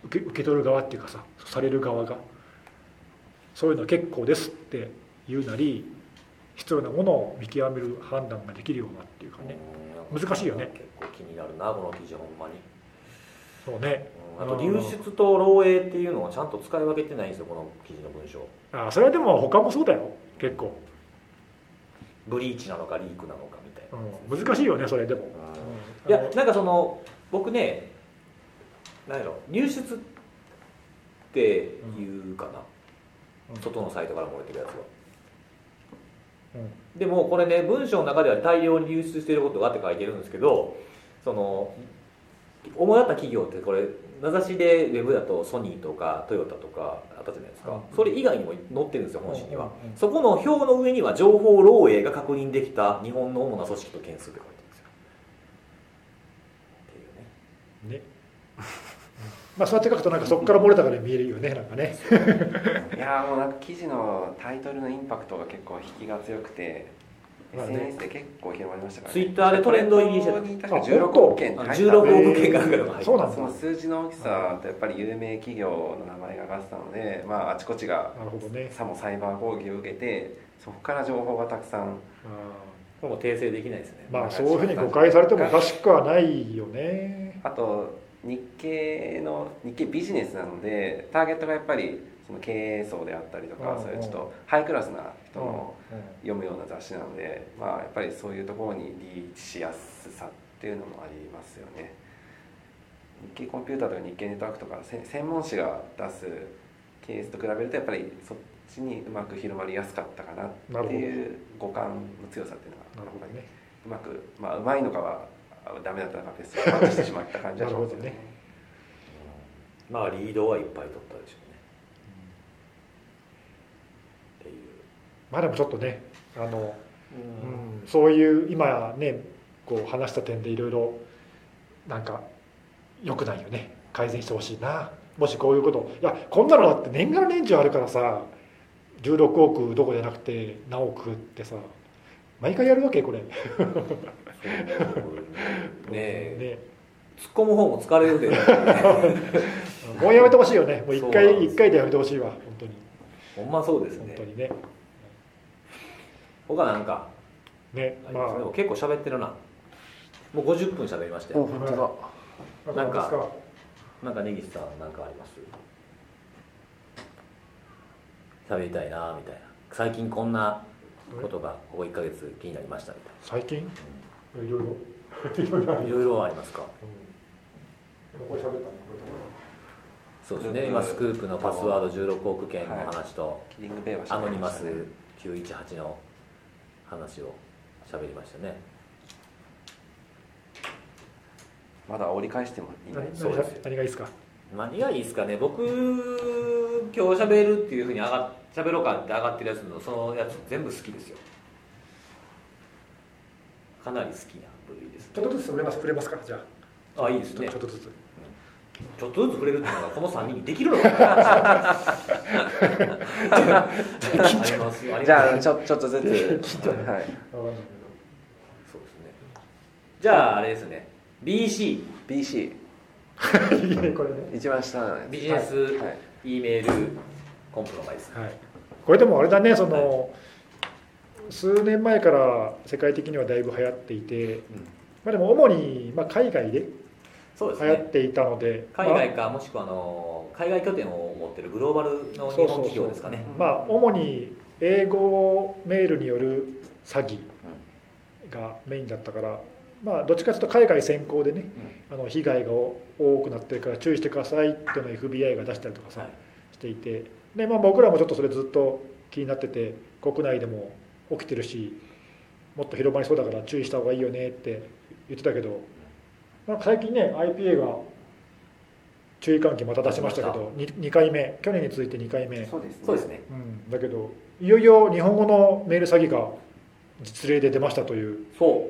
Speaker 3: 受け受け取る側っていうかさされる側がそういうのは結構ですって言うなり必要なものを見極める判断ができるようなっていうかね
Speaker 2: うん
Speaker 3: 難しいよね
Speaker 2: 結構気になるなこの記事ほんまに
Speaker 3: そうね
Speaker 2: うんあと流出と漏洩っていうのをちゃんと使い分けてないんですよこの記事の文章
Speaker 3: あそれはでも他もそうだよ結構、
Speaker 2: ブリーチなのかリークなのかみたいな
Speaker 3: うん、難しいよねそれでも、
Speaker 2: うん
Speaker 3: うん
Speaker 2: いやなんかその僕ね何やろ入出って言うかな、
Speaker 3: うん
Speaker 2: 外のサイトから漏れてるやつは、
Speaker 3: うん
Speaker 2: でもこれね文章の中では大量に流出していることがって書いてるんですけどその主だった企業ってこれ名指しでウェブだとソニーとかトヨタとかあったじゃないですか、
Speaker 3: うん
Speaker 2: それ以外にも載ってるんですよ本紙には、
Speaker 3: うんうん
Speaker 2: そこの表の上には情報漏洩が確認できた日本の主な組織と件数って書いてるんですよっていうね
Speaker 3: ねまあそうやって書くとなんかそこから漏れたから見えるよねなんかね
Speaker 4: いやーもうなんか記事のタイトルのインパクトが結構引きが強くて、
Speaker 3: まあね
Speaker 4: SNS で結構広まりましたから、
Speaker 2: Twitter でトレンド入りしてた
Speaker 4: た確か
Speaker 3: あ
Speaker 4: 16
Speaker 3: 本当
Speaker 4: 億件
Speaker 2: あ
Speaker 4: 入った
Speaker 2: 16億件かなんかでも入って
Speaker 3: そうなんだ
Speaker 4: その数字の大きさとやっぱり有名企業の名前が上がってたので、まあ、あちこちが
Speaker 3: なるほどね
Speaker 4: さもサイバー攻撃を受けてそこから情報がたくさん
Speaker 3: あ
Speaker 2: これも訂正できないですね
Speaker 3: ーまあそういうふうに誤解されてもおかしくはないよね
Speaker 4: あと日経の日経ビジネスなのでターゲットがやっぱりその経営層であったりと
Speaker 3: う
Speaker 4: か、
Speaker 3: んうん
Speaker 4: そういうちょっとハイクラスな人
Speaker 3: うん
Speaker 4: の読むような雑誌なので、まあ、やっぱりそういうところにリーチしやすさっていうのもありますよね日経コンピューターとか日経ネットワークとかせ専門誌が出すケースと比べるとやっぱりそっちにうまく広まりやすかったかなっていう五感の強さっていう
Speaker 3: な
Speaker 4: の
Speaker 3: る
Speaker 4: が
Speaker 3: ほどね
Speaker 4: うまくまあうまいのかはあダメだったのかですけどパッとしてしまった感じはします
Speaker 3: な
Speaker 4: よ
Speaker 3: る
Speaker 4: ね
Speaker 3: ほ
Speaker 2: まあリードはいっぱい取ったでしょうねっていう
Speaker 3: まあでもちょっとねあの、うんそういう今ねこう話した点でいろいろなんか良くないよね改善してほしいなもしこういうこといやこんなのだって年がら年中あるからさ16億どこじゃなくて何億ってさ毎回やるわけこれ
Speaker 2: ねえ
Speaker 3: ね
Speaker 2: 突っ込む方も疲れるで、
Speaker 3: [LAUGHS]
Speaker 2: ね、
Speaker 3: もうやめてほしいよ
Speaker 2: [LAUGHS]
Speaker 3: ねもう一
Speaker 2: そうなん
Speaker 3: 回
Speaker 2: です
Speaker 3: 一回でやめてほしいわ本当に
Speaker 2: ほんまそうです
Speaker 3: 本
Speaker 2: ね
Speaker 3: 当にね
Speaker 2: 他なんか
Speaker 3: ね
Speaker 2: あり
Speaker 3: ま
Speaker 2: ます、でも結構喋ってるなもう50分喋りましたよ
Speaker 3: 本当だあ
Speaker 2: なんか
Speaker 3: です
Speaker 2: なんか根岸さんなんかあります喋りたいなみたいな最近こんなことがここ1ヶ月気になりましたみ
Speaker 3: 最近い
Speaker 2: [LAUGHS]
Speaker 3: ろいろいろい
Speaker 2: た
Speaker 3: ろあ
Speaker 2: いな
Speaker 3: る
Speaker 2: いろいろありますか
Speaker 3: うんこれ喋ったねこれ
Speaker 2: そうですね今スクープのパスワード16億件の話と、
Speaker 4: キリングベイはし
Speaker 2: ア
Speaker 4: ま
Speaker 2: ノ
Speaker 4: い
Speaker 2: ニ
Speaker 4: ま
Speaker 2: マ
Speaker 4: し
Speaker 2: ス
Speaker 4: たね
Speaker 2: 918の話を喋りましたね
Speaker 4: まだ折り返してもいない
Speaker 3: 何
Speaker 2: そうですよ
Speaker 3: 何がいいですか
Speaker 2: 何がいいですかね僕今日喋るっていうふうに上が喋ろうかって上がってるやつのそのやつ全部好きですよかなり好きな部類です
Speaker 3: ちょっとずつ触れます触れますからじゃあ
Speaker 2: あいいですね
Speaker 3: ちょっとずつ
Speaker 2: ちょっとずつ触れるっていうのがこの3人にできるのかな [LAUGHS] ありますあります
Speaker 4: じゃあちょちょっとずつ
Speaker 2: [LAUGHS]
Speaker 3: 切っちゃう
Speaker 4: は
Speaker 3: わ
Speaker 4: い
Speaker 3: かんない
Speaker 2: そうですねじゃああれですね BC
Speaker 4: BC
Speaker 3: いいねこれね
Speaker 4: 一番下なんで
Speaker 2: ビ
Speaker 4: す
Speaker 2: ジネス、
Speaker 4: はい
Speaker 2: E メールコンプロマイズ
Speaker 3: はい、これでもあれだねその、数年前から世界的にはだいぶ流行っていて、まあ、でも主に、まあ、海外で
Speaker 2: そうです
Speaker 3: 流行
Speaker 2: ね
Speaker 3: っていたので、
Speaker 2: 海外かもしくはあの海外拠点を持ってるグローバルの日本企業ですかね
Speaker 3: まあ、まあ主に英語メールによる詐欺がメインだったから、まあ、どっちかというと海外先行でね、あの被害が多くなってるから注意してくださいっていうのを FBI が出したりとかさ、
Speaker 2: はい
Speaker 3: していてで、まあ、僕らもちょっとそれずっと気になってて国内でも起きてるしもっと広まりそうだから注意した方がいいよねって言ってたけどなんか最近ね IPA が注意喚起また出しましたけど 2, 回目去年に続いて2回目、
Speaker 1: そうですね
Speaker 2: そうですね
Speaker 3: うん、だけどいよいよ日本語のメール詐欺が実例で出ましたという、
Speaker 2: そ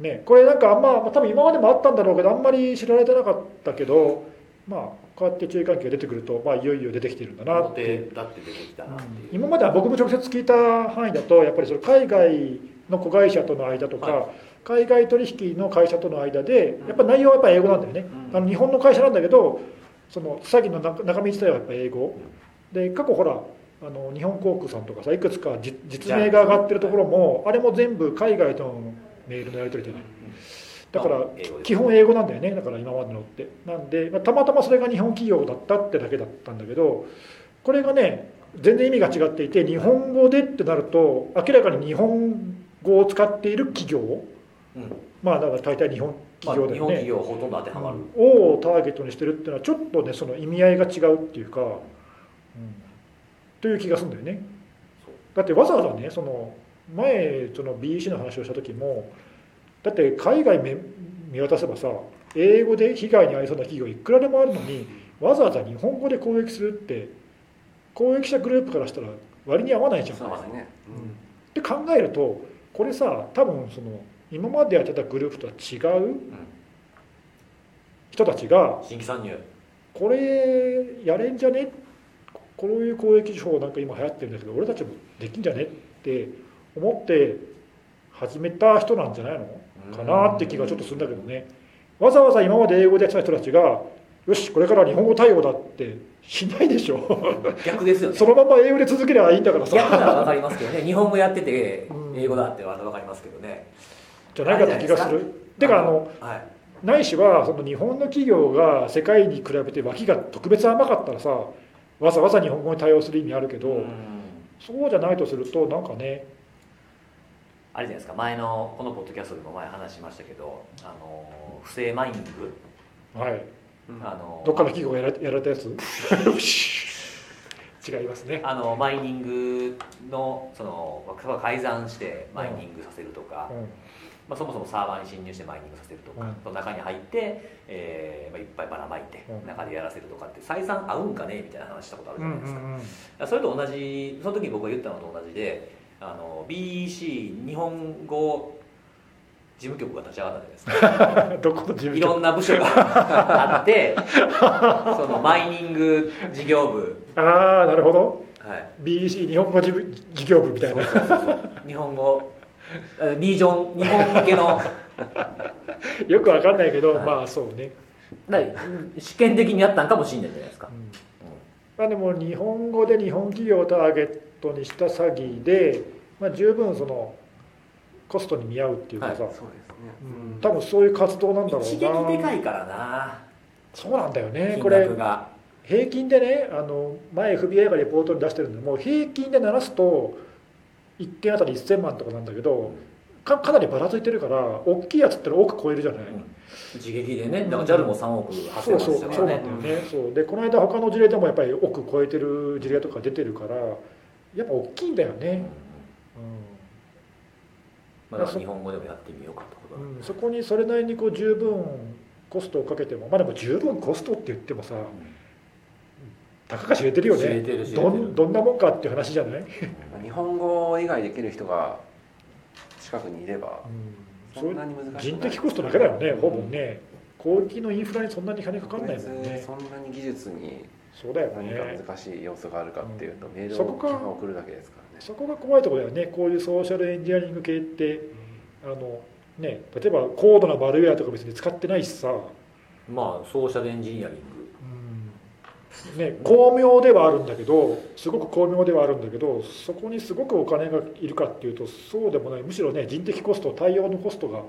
Speaker 3: ね、これなんかあんままあ多分今までもあったんだろうけどあんまり知られてなかったけど、まあ、こうやって注意喚起が出てくると、まあ、いよいよ出てきてるんだ
Speaker 2: う
Speaker 3: なってい
Speaker 2: 表
Speaker 3: う
Speaker 2: だって出てきたなっていう、
Speaker 3: 今までは僕も直接聞いた範囲だとやっぱりその海外の子会社との間とか、
Speaker 2: は
Speaker 3: 海外取引の会社との間でやっぱ内容はやっぱ英語なんだよね、
Speaker 1: うん
Speaker 3: あの日本の会社なんだけどその詐欺の中中身自体はやっぱ英語で過去ほらあの日本航空さんとかさいくつかじ実名が上がってるところもあれも全部海外とのメールのやり取りじゃないだから
Speaker 2: まあ英語ですね
Speaker 3: 基本英語なんだよねだから今までのってなんで、まあたまたまそれが日本企業だったってだけだったんだけどこれがね全然意味が違っていて日本語でってなると明らかに日本語を使っている企業
Speaker 2: うん
Speaker 3: まあだから大体日本
Speaker 2: まあ、
Speaker 3: 企業だ
Speaker 2: 日本
Speaker 3: よね
Speaker 2: 企、業ほとんど当てはまる、
Speaker 3: をターゲットにしてるっていうのはちょっとねその意味合いが違うっていうか、うん、という気がするんだよね
Speaker 2: そう
Speaker 3: だってわざわざねその前その BEC の話をした時もだって海外め見渡せばさ英語で被害に遭いそうな企業いくらでもあるのにわざわざ日本語で攻撃するって攻撃者グループからしたら割に合わないじゃん
Speaker 4: そうですね、
Speaker 3: うんって考えるとこれさ多分その今までやってたグループとは違う人たちが
Speaker 2: 新規参入
Speaker 3: これやれんじゃねここういう攻撃手法なんか今流行ってるんだけど俺たちもできんじゃねって思って始めた人なんじゃないのかなって気がちょっとするんだけどねわざわざ今まで英語でやってた人たちがよしこれから日本語対応だってしないでしょ
Speaker 2: 逆ですよね
Speaker 3: そのまま英語で続ければいいんだから
Speaker 2: 逆な
Speaker 3: さ
Speaker 2: ら分かりますけどね日本語やってて
Speaker 3: うん
Speaker 2: 英語だっては分かりますけどね
Speaker 3: じゃないかって気がするてかあの
Speaker 2: はい
Speaker 3: ないしはその日本の企業が世界に比べて脇が特別甘かったらさわざわざ日本語に対応する意味あるけど、
Speaker 2: うん
Speaker 3: そうじゃないとするとなんかね
Speaker 2: あれじゃないですか前のこのポッドキャストでも前話しましたけどあの不正マイニング
Speaker 3: はい
Speaker 2: あの
Speaker 3: どっかの企業がやらやられた
Speaker 2: [LAUGHS]
Speaker 3: やつ違いますね
Speaker 2: あのマイニングのその改ざんしてマイニングさせるとか、
Speaker 3: う
Speaker 2: まあ、そもそもサーバーに侵入してマイニングさせるとか、
Speaker 3: うん
Speaker 2: その中に入って、えーまあ、いっぱいばらまいて、
Speaker 3: うん
Speaker 2: 中でやらせるとかって採算合うんかねみたいな話したことあるじゃ
Speaker 3: ん
Speaker 2: ないですか、それと同じその時に僕が言ったのと同じであの BEC 日本語事務局が立ち上がったじゃないですか
Speaker 3: [LAUGHS] うんどこの事務
Speaker 2: いろ
Speaker 3: 所
Speaker 2: んな部署があってそのマイニング事業部、
Speaker 3: ああなるほど
Speaker 2: はい、
Speaker 3: BEC 日本語事務事業部みたいな
Speaker 2: そうそうそう日本語あニージョン日本向け
Speaker 3: [LAUGHS]
Speaker 2: の
Speaker 3: [LAUGHS] よくわかんないけど、
Speaker 2: はい
Speaker 3: まあそうね、
Speaker 2: なうん試験的にやったんかもしれないじゃないですか
Speaker 3: う、んまあ、でも日本語で日本企業をターゲットにした詐欺で、まあ、十分そのコストに見合うっていうかさ、
Speaker 2: は
Speaker 4: そうですね、
Speaker 3: うん多分そういう活動なんだろうな
Speaker 2: 一撃でかいからな
Speaker 3: そうなんだよね
Speaker 2: 金
Speaker 3: これ
Speaker 2: 額が
Speaker 3: 平均でねあの前 FBI がレポートに出してるんでもう平均で鳴らすと1件あたり1000万とかなんだけどかかなりばらついてるから大きいやつってのは億超えるじゃない、
Speaker 2: 一撃でねだから JAL も3億8000
Speaker 3: そう
Speaker 2: 万
Speaker 3: そ
Speaker 2: で
Speaker 3: う
Speaker 2: した
Speaker 3: そう
Speaker 2: か
Speaker 3: なん
Speaker 2: ら
Speaker 3: だ
Speaker 2: ね
Speaker 3: よね、そうでこの間他の事例でもやっぱり億超えてる事例とか出てるからやっぱ大きいんだよ
Speaker 2: うん
Speaker 3: ね、
Speaker 2: まあ、だから日本語でもやってみようかってこと
Speaker 3: う
Speaker 2: だ、
Speaker 3: んうんそこにそれなりにこう十分コストをかけてもまあでも十分コストって言ってもさたかが知れてるよ
Speaker 2: 知れ
Speaker 3: ね
Speaker 2: てる知れて
Speaker 3: ど
Speaker 2: る
Speaker 3: んどんなもんかっていう話じゃない、うん、
Speaker 4: 日本語以外できる人が近くにいればそ
Speaker 3: そうん
Speaker 4: なに難しくない
Speaker 3: 人的コストだけだよね、ほぼね、攻撃のインフラにそんなに金かかんないもん
Speaker 4: 特別
Speaker 3: ね、
Speaker 4: そんなに技術に
Speaker 3: そうだよ
Speaker 4: 何
Speaker 3: ね、
Speaker 4: か難しい要素があるかっていうと、メール
Speaker 3: そ
Speaker 4: を
Speaker 3: こか
Speaker 4: 基本送るだけですからね
Speaker 3: そこが怖いところだよね、こういうソーシャルエンジニアリング系って、あのね、例えば高度なバルウェアとか別に使ってないしさ、
Speaker 2: まあソーシャルエンジニアリング
Speaker 3: うんね、巧妙ではあるんだけどすごく巧妙ではあるんだけどそこにすごくお金がいるかっていうとそうでもないむしろね人的コスト対応のコストが大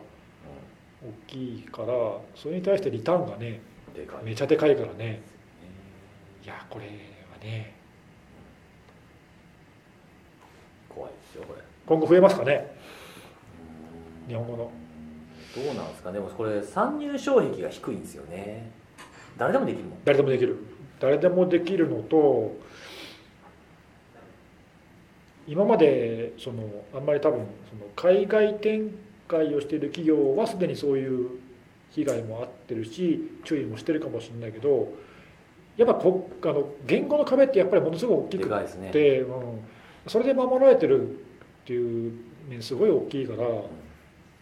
Speaker 3: きいからそれに対してリターンがね
Speaker 2: でかい、
Speaker 3: めちゃでかいからねいやこれはね
Speaker 2: 怖いですよこれ
Speaker 3: 今後増えますかね日本語の
Speaker 2: どうなんですかねでもこれ参入障壁が低いんですよね誰でもできるもん
Speaker 3: 誰でもできる誰でもできるのと今までそのあんまり多分その海外展開をしている企業はすでにそういう被害もあってるし注意もしてるかもしれないけどやっぱこあの言語の壁ってやっぱりものすごく大き
Speaker 2: で
Speaker 3: く
Speaker 2: かいですね
Speaker 3: て、うん、それで守られてるっていう面すごい大きいから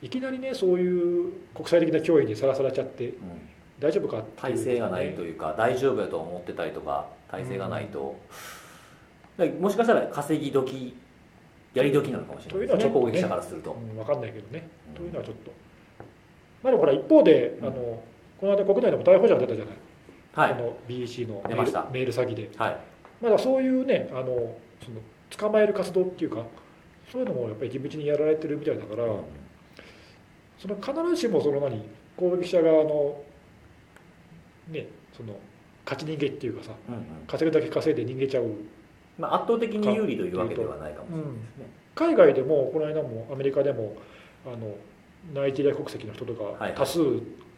Speaker 3: いきなりねそういう国際的な脅威にさらされちゃって
Speaker 2: うん
Speaker 3: 大丈夫かっていう
Speaker 2: 体制がないというか大丈夫やと思ってたりとか体制がないと、だからもしかしたら稼ぎ時やり時なのかもしれないですね
Speaker 3: というの
Speaker 2: 攻
Speaker 3: は
Speaker 2: 撃
Speaker 3: ちょっとね
Speaker 2: 者からすると、
Speaker 3: うん、分かんないけどね、というのはちょっと、まあ、でもほら、一方で、
Speaker 2: うん
Speaker 3: あのこの間、国内でも逮捕者が出たじゃない、
Speaker 2: は
Speaker 3: あ
Speaker 2: い
Speaker 3: の BEC の
Speaker 2: 出
Speaker 3: メー
Speaker 2: ま
Speaker 3: ル
Speaker 2: した
Speaker 3: メール詐欺で、
Speaker 2: はい
Speaker 3: まだそういうね、あのその捕まえる活動っていうか、そういうのもやっぱり地道にやられてるみたいだから、その必ずしもその何攻撃者側の、ね、その勝ち逃げっていうかさ、
Speaker 2: うんうん
Speaker 3: 稼ぐだけ稼いで逃げちゃう、
Speaker 2: まあ、圧倒的に有利というわけではないかもしれないですね、
Speaker 3: 海外でも、この間もアメリカでも、あのナイジェリア国籍の人と
Speaker 2: は
Speaker 3: か
Speaker 2: い、
Speaker 3: 多数、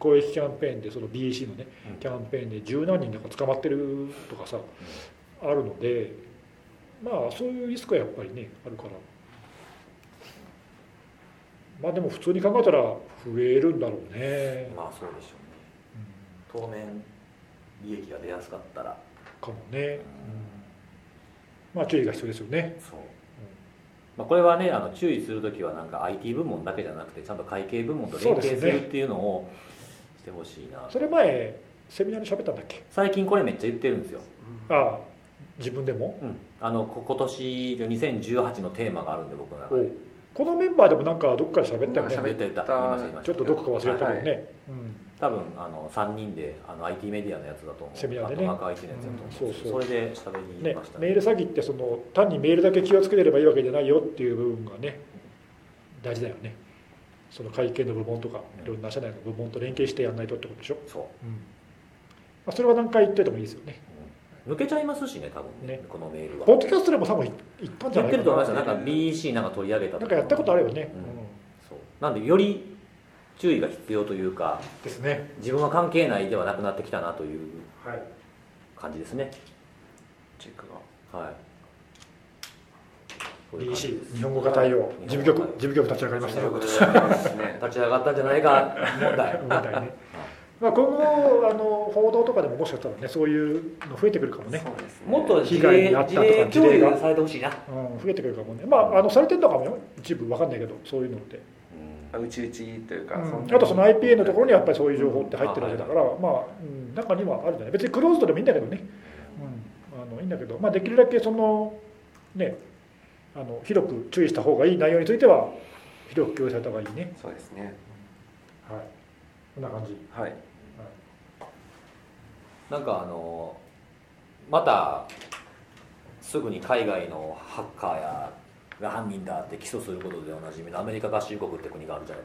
Speaker 3: 公益キャンペーンで、その BEC のね、
Speaker 2: うん
Speaker 3: キャンペーンで十何人なんか捕まってるとかさ、あるので、まあ、そういうリスクはやっぱりね、あるから。まあでも普通に考えたら増えるんだろうね、
Speaker 2: まあそうでしょうね
Speaker 3: うん
Speaker 2: 当面利益が出やすかったら
Speaker 3: かもね、まあ注意が必要ですよね
Speaker 2: そう、まあ、これはねあの注意するときはなんか IT 部門だけじゃなくてちゃんと会計部門と連
Speaker 3: そう
Speaker 2: 携
Speaker 3: です
Speaker 2: す
Speaker 3: ね
Speaker 2: るっていうのをしてほしいな
Speaker 3: それ前セミナーで喋ったんだっけ
Speaker 2: 最近これめっちゃ言ってるんですよ
Speaker 3: ああ自分でも
Speaker 2: うん、あのこ今年2018のテーマがあるんで僕の中
Speaker 3: お
Speaker 2: で
Speaker 3: うこのメンバーでもなんかどっかで喋ったよ
Speaker 4: なんか
Speaker 3: ね
Speaker 4: 喋
Speaker 2: 言
Speaker 4: っ
Speaker 2: った言った
Speaker 4: た
Speaker 2: 言いました言いました
Speaker 3: ちょっとどこか忘れた
Speaker 2: はい
Speaker 3: けどね、うん、
Speaker 2: 多分あの3人であの IT メディアのやつだと思う
Speaker 3: セミナーでね
Speaker 2: あとマーカー IT のやつだと思う,、
Speaker 3: うんそうそう
Speaker 2: それで喋りに
Speaker 3: ね
Speaker 2: 行きました
Speaker 3: メール詐欺ってその単にメールだけ気をつけてればいいわけじゃないよっていう部分がね大事だよねその会計の部門とか
Speaker 2: うん
Speaker 3: いろんな社内の部門と連携してやんないとってことでしょ、
Speaker 2: そう、
Speaker 3: うんまあ、それは何回言っててもいいですよね
Speaker 2: うん抜けちゃいますしね多分ね
Speaker 3: ね
Speaker 2: このメール
Speaker 3: ポッ
Speaker 2: は
Speaker 3: ドキャストでも多分言ったんじゃ
Speaker 2: 言ってる
Speaker 3: ないかな
Speaker 2: と思いますよなんか BEC なんか取り上げた
Speaker 3: なんかやったことあるよね、
Speaker 2: うん
Speaker 3: うん
Speaker 2: そうなんでより注意が必要というか
Speaker 3: ですね
Speaker 2: 自分は関係ないではなくなってきたなという
Speaker 3: はい
Speaker 2: 感じですね
Speaker 4: チェックが
Speaker 2: はいそういう感じです
Speaker 3: BC 日本語化対応事務局
Speaker 2: はい
Speaker 3: 事務局立ち上がりましたよ
Speaker 4: ということでございますね
Speaker 2: 立ち上がったんじゃないか
Speaker 3: [LAUGHS]
Speaker 2: 問題
Speaker 3: 問題ね。まあ今後あの報道とかでももしかしたらねそういうの増えてくるかもね。
Speaker 4: そうですね
Speaker 2: もっと
Speaker 3: 被
Speaker 2: 事
Speaker 3: 害
Speaker 2: 例
Speaker 3: に遭った
Speaker 2: 事
Speaker 3: とか
Speaker 2: 例
Speaker 3: 事
Speaker 2: 共
Speaker 3: 例が
Speaker 2: 有されてほしいな、
Speaker 3: うん増えてくるかもね。まああのされてるのかもよ一部わかんないけどそういうのって。
Speaker 4: あうちうちというか、
Speaker 3: うん
Speaker 4: んな
Speaker 3: あとその IPA のところにやっぱりそういう情報って入ってるわけだからまあうん中にはあるんじゃない。別にクローズドでもいいんだけどね。うんあのいいんだけどまあできるだけそのねあの広く注意した方がいい内容については広く共有された方がいいね。
Speaker 4: そうですね
Speaker 3: はい。こんな感じ。
Speaker 4: はい
Speaker 2: なんかあのまたすぐに海外のハッカーやが犯人だって起訴することでおなじみのアメリカ合衆国って国があるじゃ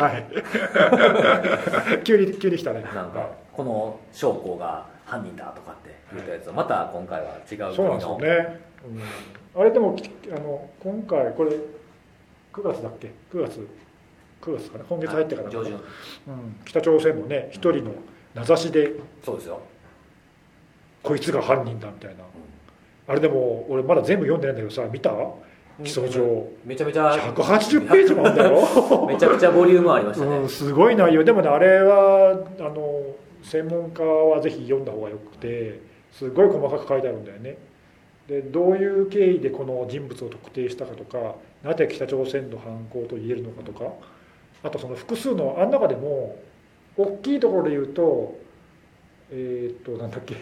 Speaker 2: ない
Speaker 3: [LAUGHS]
Speaker 2: ですか
Speaker 3: はい。 [LAUGHS] 急に急に来たね。
Speaker 2: なんかこの将校が犯人だとかって言ったやつをまた今回は違う
Speaker 3: そう
Speaker 2: 国
Speaker 3: なん
Speaker 2: の
Speaker 3: ですよね、あれでもきあの今回これ9月だっけ9月9月かな今月入ってからかな
Speaker 2: 上旬
Speaker 3: うん、北朝鮮のね一人の名指しで、
Speaker 2: そうですよ、
Speaker 3: こいつが犯人だみたいなあれでも俺まだ全部読んでないんだけどさ見た
Speaker 2: うん
Speaker 3: 起訴状
Speaker 2: めちゃめちゃ
Speaker 3: 180ページもあるんだよ、
Speaker 2: めちゃくちゃボリュームありましたね、
Speaker 3: うん、すごい内容でもねあれはあの専門家はぜひ読んだ方がよくてすごい細かく書いてあるんだよねでどういう経緯でこの人物を特定したかとかなぜ北朝鮮の犯行と言えるのかとかあとその複数のあん中でも大きいところで言うとえーっとなんだっけ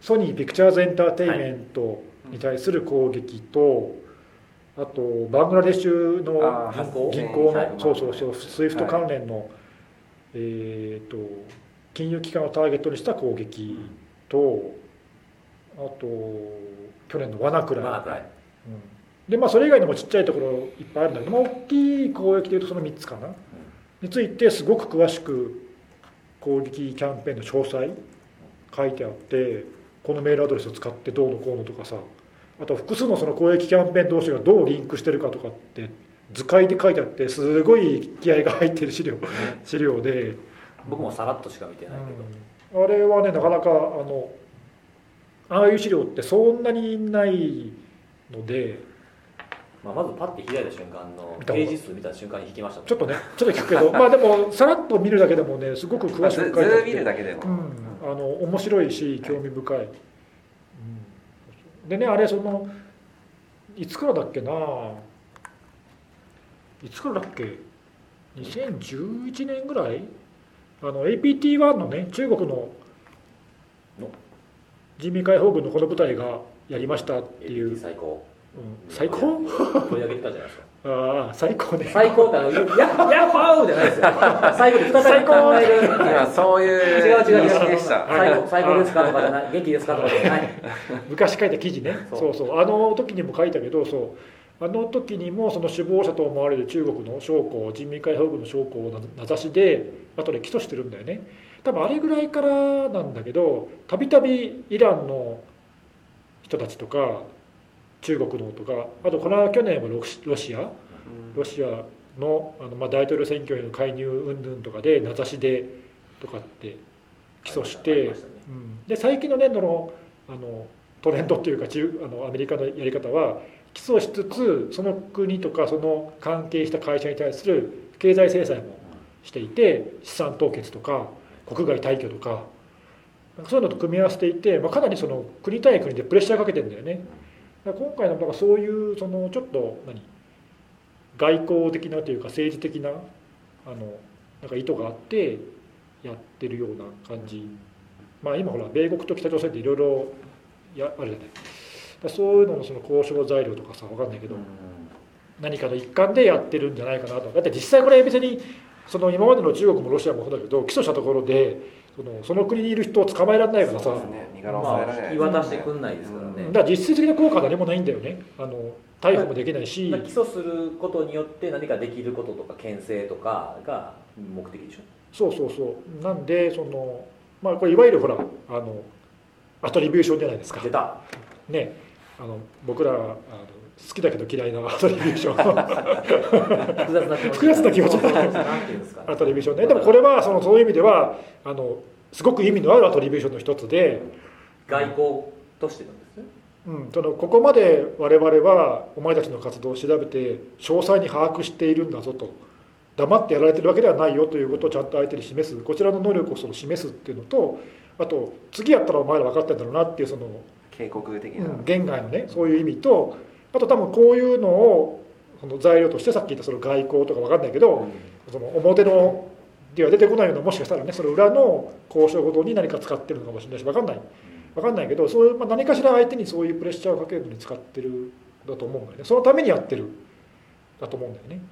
Speaker 3: ソニー・ピクチャーズ・エンターテインメントに対する攻撃と、あとバングラデシュの
Speaker 4: あ
Speaker 2: ー発行
Speaker 3: 銀行
Speaker 4: はい
Speaker 3: のそうそうそうスイフト
Speaker 4: はい
Speaker 3: 関連の、えー、と金融機関をターゲットにした攻撃とあと去年のワナク
Speaker 2: まだ
Speaker 3: ラ、
Speaker 2: くらい
Speaker 3: うんでまあそれ以外にもちっちゃいところいっぱいあるんだけど、まあ、大きい攻撃でいうとその3つかな、についてすごく詳しく攻撃キャンペーンの詳細書いてあってこのメールアドレスを使ってどうのこうのとかさあと複数のその公益キャンペーン同士がどうリンクしてるかとかって図解で書いてあってすごい気合が入ってる資料資料で、
Speaker 2: 僕もさらっとしか見てないけど、
Speaker 3: うんあれはねなかなかあのああいう資料ってそんなにないので
Speaker 2: まあ、まずパッて開いた瞬間の
Speaker 3: 見た
Speaker 2: ペ
Speaker 3: 方が
Speaker 2: ージ数見た瞬間に引きました
Speaker 3: ちょっとねちょっと聞くけ
Speaker 4: [LAUGHS]
Speaker 3: どまあでもさらっと見るだけでもねすごく詳
Speaker 4: あ
Speaker 3: し
Speaker 4: ず
Speaker 3: く書い
Speaker 4: ず
Speaker 3: てあっ
Speaker 4: ー見
Speaker 3: て
Speaker 4: るだけでも、
Speaker 3: うん、あの面白いし興味深い、うんでねあれそのいつからだっけないつからだっけ2011年ぐらいあの APT1 のね中国の
Speaker 2: の
Speaker 3: 人民解放軍のこの部隊がやりましたっていう、うん、
Speaker 2: 最高
Speaker 3: 最高
Speaker 2: 取り上げてたじゃないですか
Speaker 3: ああ最高ね
Speaker 2: 最高ってあの、やヤッホーじゃないですよ。最高で再び考える。
Speaker 4: 今そうい
Speaker 2: 違
Speaker 4: う
Speaker 2: う違う違う
Speaker 4: 認識でした
Speaker 2: 最高最高ですかとかじゃない。元気ですかとかじゃない。
Speaker 3: 昔書いた記事ね
Speaker 2: そう
Speaker 3: そうそうあの時にも書いたけどそうあの時にもその首謀者と思われる中国の将校人民解放軍の将校を名指しで後で起訴してるんだよね多分あれぐらいからなんだけどたびたびイランの人たちとか中国のとかあとこの去年はロシロシアロシアのあの、まあ、大統領選挙への介入云々とかで名指しでとかって起訴し
Speaker 2: あり
Speaker 3: て
Speaker 2: ましたね
Speaker 3: うんで最近の年度のあのトレンドっていうか中あのアメリカのやり方は起訴しつつその国とかその関係した会社に対する経済制裁もしていて資産凍結とか国外退去とかなんかそういうのと組み合わせていて、まあ、かなりその国対国でプレッシャーかけてんだよねだから今回のなんかそういうそのちょっと何外交的なというか政治的なあのなんか意図があってやってるような感じ、まあ今ほら米国と北朝鮮っていろいろやあるじゃないだからそういうののその交渉材料とかさわかんないけど、何かの一環でやってるんじゃないかなとだって実際これ別にその今までの中国もロシアもそうだけど起訴したところでそのその国にいる人を捕まえられないからさ、
Speaker 4: そうですね身柄
Speaker 2: ま
Speaker 4: を抑えられ
Speaker 2: あ、
Speaker 4: ない
Speaker 2: 引き渡してくんないですから
Speaker 3: だ
Speaker 2: ね。
Speaker 3: から実質的な効果は何もないんだよねあの逮捕もできないし、
Speaker 2: まあ起訴することによって何かできることとか牽制とかが目的でしょ。
Speaker 3: そうそうそうなんでそのまあこれいわゆるほらあのアトリビューションじゃないですか
Speaker 2: 出た。
Speaker 3: ねあの僕らあの好きだけど嫌いなアトリビューション
Speaker 2: 複雑な気持ち。
Speaker 3: 複雑な気持ち
Speaker 2: なんていうんですかね
Speaker 3: アトリビューションねでもこれはそのそういう意味ではあのすごく意味のあるアトリビューションの一つで、
Speaker 2: 外交としてなんですね。
Speaker 3: うん、そのここまで我々はお前たちの活動を調べて詳細に把握しているんだぞと黙ってやられてるわけではないよということをちゃんと相手に示すこちらの能力をその示すっていうのとあと次やったらお前ら分かってんだろうなっていうその
Speaker 4: 警告的
Speaker 3: う
Speaker 4: な、
Speaker 3: ん言外のねそういう意味とあと多分こういうのをその材料としてさっき言ったその外交とか分かんないけどその表のでは出てこないようなもしかしたらねその裏の交渉ごとに何か使ってるのかもしれないし分かんない分かんないけどそういう、まあ、何かしら相手にそういうプレッシャーをかけるのに使ってるんだと思うんだよねそのためにやってるだと思うんだよね。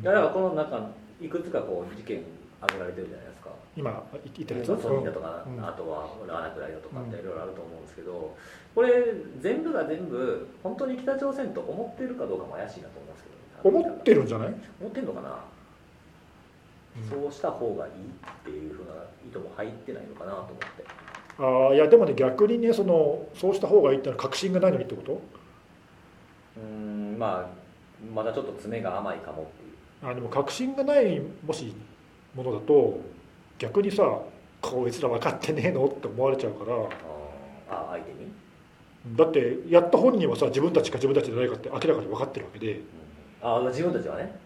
Speaker 2: いやだからこの中いくつかこう事件挙げられてるじゃないですか。
Speaker 3: 今言ったやつ
Speaker 2: ソニーだとか、
Speaker 3: うん
Speaker 2: あとはラーナクライだとかって
Speaker 3: うん
Speaker 2: いろいろあると思うんですけど、これ全部が全部本当に北朝鮮と思ってるかどうかも怪しいなと思うんですけど、
Speaker 3: 思ってるんじゃない、
Speaker 2: 思ってんのかな、そうした方がいいっていうふうな意図も入ってないのかなと思って
Speaker 3: ああいやでもね逆にねそのそうした方がいいってのは確信がないのにってこと
Speaker 2: うーんまあまだちょっと爪が甘いかもっていう
Speaker 3: あでも確信がないもしものだと逆にさこいつら分かってねえのって思われちゃうから
Speaker 2: あーあ相手に、うん
Speaker 3: だってやった本人はさ自分たちか自分たちじゃないかって明らかに分かってるわけで
Speaker 2: あー自分たちはね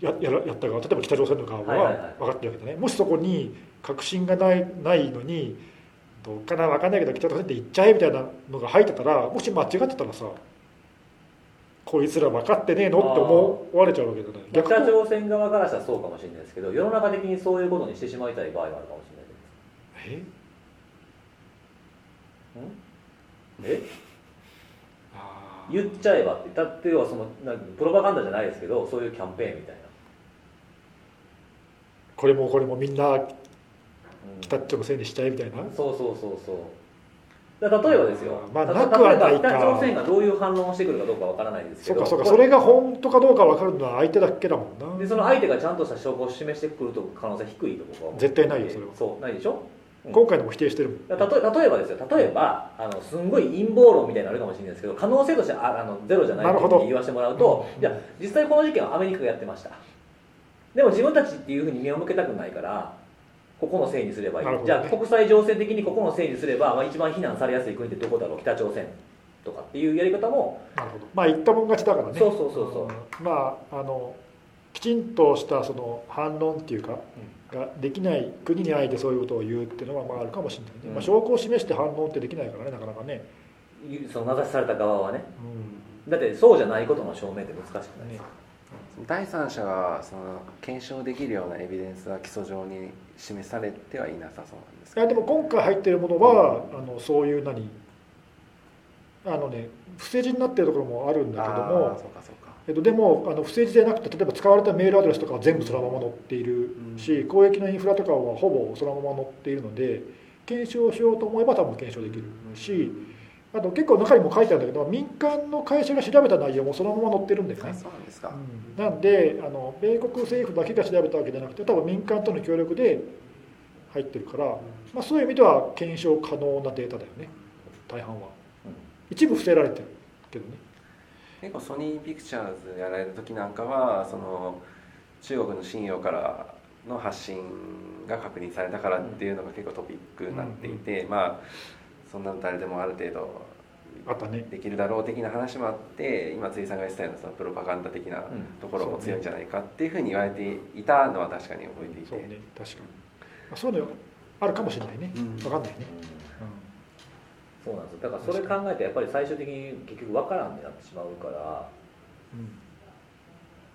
Speaker 3: ややらやった側例えば北朝鮮の側
Speaker 2: はいはいはい
Speaker 3: は分かってるわけだね、もしそこに確信がないないのにどうかな分かんないけど北朝鮮って行っちゃえみたいなのが入ってたらもし間違ってたらさこいつら分かってねえのって思われちゃうわけじゃない
Speaker 2: 北
Speaker 3: 逆に
Speaker 2: 朝鮮側からしたらそうかもしれないですけど世の中的にそういうことにしてしまいたい場合があるかもしれないですえ
Speaker 3: えあ
Speaker 2: 言っちゃえばってだって要はそのなんかプロパガンダじゃないですけどそういうキャンペーンみたいな、
Speaker 3: これもこれもみんな
Speaker 2: うん
Speaker 3: 北朝鮮にしたいみたいな
Speaker 2: そうそうそうそうだから例えばですよ、
Speaker 3: まあ
Speaker 2: た
Speaker 3: なくはないか
Speaker 2: 例えば北朝鮮がどういう反論をしてくるかどうかわからないですけ
Speaker 3: そう
Speaker 2: ど
Speaker 3: かそうかそれが本当かどうか分かるのは相手だけだもん
Speaker 2: で
Speaker 3: な
Speaker 2: その相手がちゃんとした証拠を示してくると可能性低いと僕は思う
Speaker 3: 絶対ないよそれは
Speaker 2: そうないでしょうん
Speaker 3: 今回のも否定してるもん
Speaker 2: だから例え例えばですよ例えばあのすんごい陰謀論みたいなのあるかもしれないですけど可能性としてああのゼロじゃない
Speaker 3: な
Speaker 2: っ
Speaker 3: る
Speaker 2: て
Speaker 3: ほど
Speaker 2: 言わせてもらうと
Speaker 3: うん
Speaker 2: いや実際この事件はアメリカがやってましたでも自分たちっていうふうに目を向けたくないからここのせいにすればいい、
Speaker 3: なるほ
Speaker 2: じ
Speaker 3: ど
Speaker 2: ゃ
Speaker 3: ね
Speaker 2: あ国際情勢的にここのせいにすれば、まあ、一番非難されやすい国ってどこだろう北朝鮮とかっていうやり方も、
Speaker 3: なるほどまあ言ったもん勝ちだからね
Speaker 2: そうそうそうそう、
Speaker 3: うんまああのきちんとしたその反論っていうか、ができない国にあえてそういうことを言うっていうのはまああるかもしれないね、
Speaker 2: うん
Speaker 3: まあ、証拠を示して反論ってできないからねなかなかね、
Speaker 2: その名指しされた側はね
Speaker 3: う
Speaker 2: だってそうじゃないことの証明って難しくないですか
Speaker 3: んね
Speaker 4: 第三者がその検証できるようなエビデンスは基礎上に示されてはいなさそうなんです
Speaker 3: い
Speaker 4: け
Speaker 3: や
Speaker 4: ど
Speaker 3: でも今回入ってるものは、あのそういう何あのね不正字になってるところもあるんだけど
Speaker 4: あー
Speaker 3: も、
Speaker 4: そうかそうか
Speaker 3: えっと、でもあの不正字じゃなくて例えば使われたメールアドレスとかは全部そのまま載っているし、公益のインフラとかはほぼそのまま載っているので検証しようと思えば多分検証できるしあと結構中にも書いてあるんだけど民間の会社が調べた内容もそのまま載ってるんだよね
Speaker 4: あ。そうなんですか、
Speaker 3: うんなんであの米国政府だけが調べたわけじゃなくて多分民間との協力で入ってるから、まあ、そういう意味では検証可能なデータだよね大半は
Speaker 2: うん
Speaker 3: 一部伏せられてるけどね
Speaker 4: 結構ソニーピクチャーズやられた時なんかはその中国の信用からの発信が確認されたからっていうのが結構トピックになっていて、まあそんなの誰でもある程度
Speaker 3: あったね
Speaker 4: できるだろう的な話もあって今辻さんが言ってたようなそのプロパガンダ的な
Speaker 2: うん
Speaker 4: ところも強いんじゃないかっていうふうに言われていたのは確かに覚えていて、
Speaker 3: そうね確かにまあそういうのあるかもしれないね
Speaker 4: うん
Speaker 3: 分かんないね、
Speaker 2: そうなんですよだからそれ考えてやっぱり最終的に結局わからんになってしまうから
Speaker 3: うん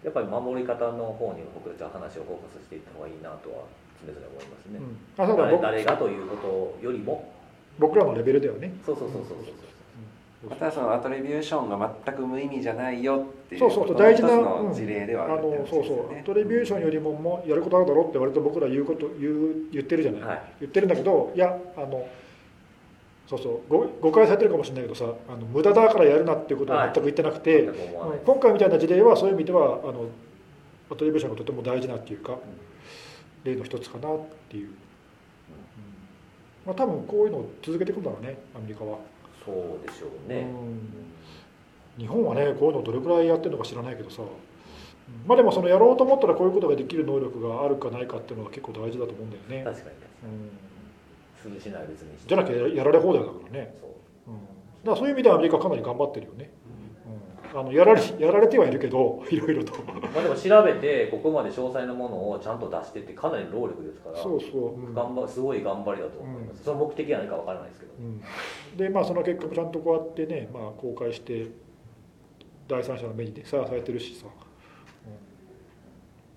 Speaker 2: やっぱり守り方の方に僕たちは話をフォーカスしていった方がいいなとは常々思いますね
Speaker 3: う、んあただ
Speaker 2: 誰
Speaker 3: 僕
Speaker 2: 誰がということよりも
Speaker 3: 僕らのレベルだよね
Speaker 2: そうそうそうそうそう
Speaker 4: またそのアトリビューションが全く無意味じゃないよっていう
Speaker 3: そうそう
Speaker 4: ことの
Speaker 3: 大
Speaker 4: 一つ
Speaker 3: 事な
Speaker 4: の事例では
Speaker 3: あ
Speaker 4: あるって
Speaker 3: の
Speaker 4: 話
Speaker 3: そう
Speaker 4: です
Speaker 3: そ
Speaker 4: よ
Speaker 3: うア
Speaker 4: ね
Speaker 3: トリビューションよりももうやることあるだろうって割と僕ら言うこと言う言ってるじゃない、
Speaker 2: はい
Speaker 3: 言ってるんだけどいやあのそうそうご誤解されてるかもしれないけどさあの無駄だからやるなっていうことは全く言ってなくて、
Speaker 2: 全く思わない
Speaker 3: 今回みたいな事例はそういう意味ではあのアトリビューションがとても大事なっていうか、例の一つかなっていう、まあ、多分こういうのを続けていくんだろうねアメリカは、
Speaker 2: そうでしょう
Speaker 3: う
Speaker 2: ね、
Speaker 3: ん日本はねこういうのどれくらいやってるのか知らないけどさまあでもそのやろうと思ったらこういうことができる能力があるかないかっていうのは結構大事だと思うんだよね、
Speaker 2: 確かにね
Speaker 3: うん
Speaker 2: するしないは別にして
Speaker 3: じゃなきゃややられ放題だからね、
Speaker 2: そう
Speaker 3: うん、だからそういう意味ではアメリカはかなり頑張ってるよね、うん、あのやられやられてはいるけど [LAUGHS] いろいろと
Speaker 2: まあでも調べてここまで詳細なものをちゃんと出してってかなり労力ですから
Speaker 3: そうそう、うん
Speaker 2: 頑張すごい頑張りだと思います、その目的は何かわからないですけど、
Speaker 3: うんでまあその結果もちゃんとこうやってね、まあ、公開して第三者の目にねさらされてるしさ、う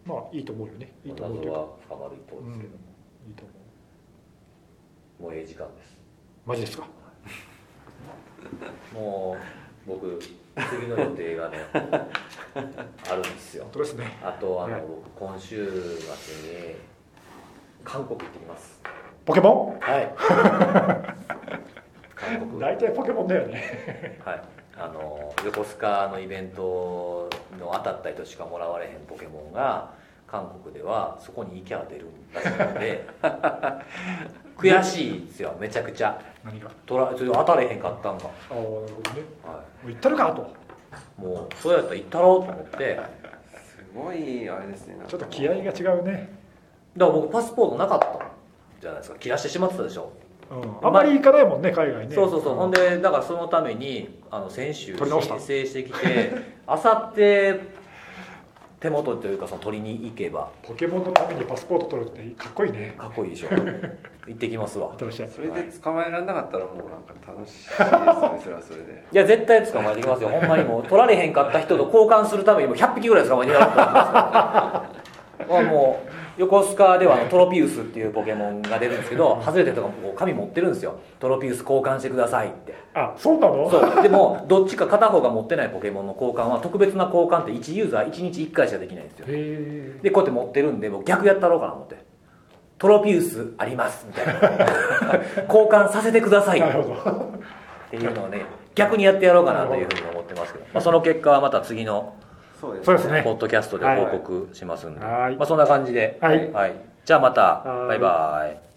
Speaker 3: んまあいいと思うよねいいと思うとい
Speaker 2: 謎
Speaker 3: うか、
Speaker 2: は深まる一
Speaker 3: う
Speaker 2: 方
Speaker 3: ん
Speaker 2: ですけど、、
Speaker 3: いいと思う
Speaker 2: もうええ時間です
Speaker 3: マジですか
Speaker 2: もう僕次の予定
Speaker 3: [LAUGHS]
Speaker 2: がねあるんですよ
Speaker 3: 本当ですね
Speaker 2: あとあの、
Speaker 3: はい
Speaker 2: 僕今週末に韓国行ってきます
Speaker 3: ポケモ
Speaker 2: はい [LAUGHS] 韓
Speaker 3: ン
Speaker 2: 国は
Speaker 3: 大
Speaker 2: い
Speaker 3: 体ポケモンだよね
Speaker 2: あの横須賀のイベントの当たった人しかもらわれへんポケモンが韓国ではそこに行きゃ出るらしいので悔しいですよめちゃくちゃ
Speaker 3: 何があ
Speaker 2: トラそれ当たれへんかったんが、
Speaker 3: あなるほどね
Speaker 2: は
Speaker 3: もう行ったるかと
Speaker 2: い、もうそうやったら行ったろうと思って
Speaker 4: すごいあれですねなんか
Speaker 3: ちょっと気合が違うね、
Speaker 2: だから僕パスポートなかったじゃないですか切らしてしまってたでしょ、
Speaker 3: うん、あまり行かないもんね海外ね
Speaker 2: そうそうそうほんでだからそのためにあの先週
Speaker 3: 取り直した
Speaker 2: 申請してきてあさって手元というかその取りに行けば
Speaker 3: ポケモンのためにパスポート取るってかっこいいね
Speaker 2: かっこいいでしょ行ってきますわ
Speaker 3: 新しいやつ
Speaker 4: それで捕まえられなかったらもうなんか楽しい
Speaker 3: [LAUGHS]
Speaker 4: ですねそれはそれで
Speaker 2: いや絶対捕まえてきますよほんまにもう取られへんかった人と交換するためにもう100匹ぐらい捕まえてきなかったんですからもう横須賀ではあのトロピウスっていうポケモンが出るんですけど外れてるとかもこう紙持ってるんですよトロピウス交換してくださいって
Speaker 3: あそうなの
Speaker 2: [LAUGHS] そうでもどっちか片方が持ってないポケモンの交換は特別な交換って1ユーザー1日1回しかできないんですよ
Speaker 3: へ
Speaker 2: でこうやって持ってるんで僕逆やったろうかなと思ってトロピウスありますみたいな交換させてください
Speaker 3: え
Speaker 2: っ
Speaker 3: なるほど
Speaker 2: ていうのをね逆にやってやろうかなというふうに思ってますけど、まあ、その結果はまた次の
Speaker 4: そうです
Speaker 3: そうですね
Speaker 2: ポッドキャストで報告しますんで、
Speaker 3: はい
Speaker 2: まあ、そんな感じで、
Speaker 3: はい
Speaker 2: じゃあまた
Speaker 3: はい
Speaker 2: バイバイ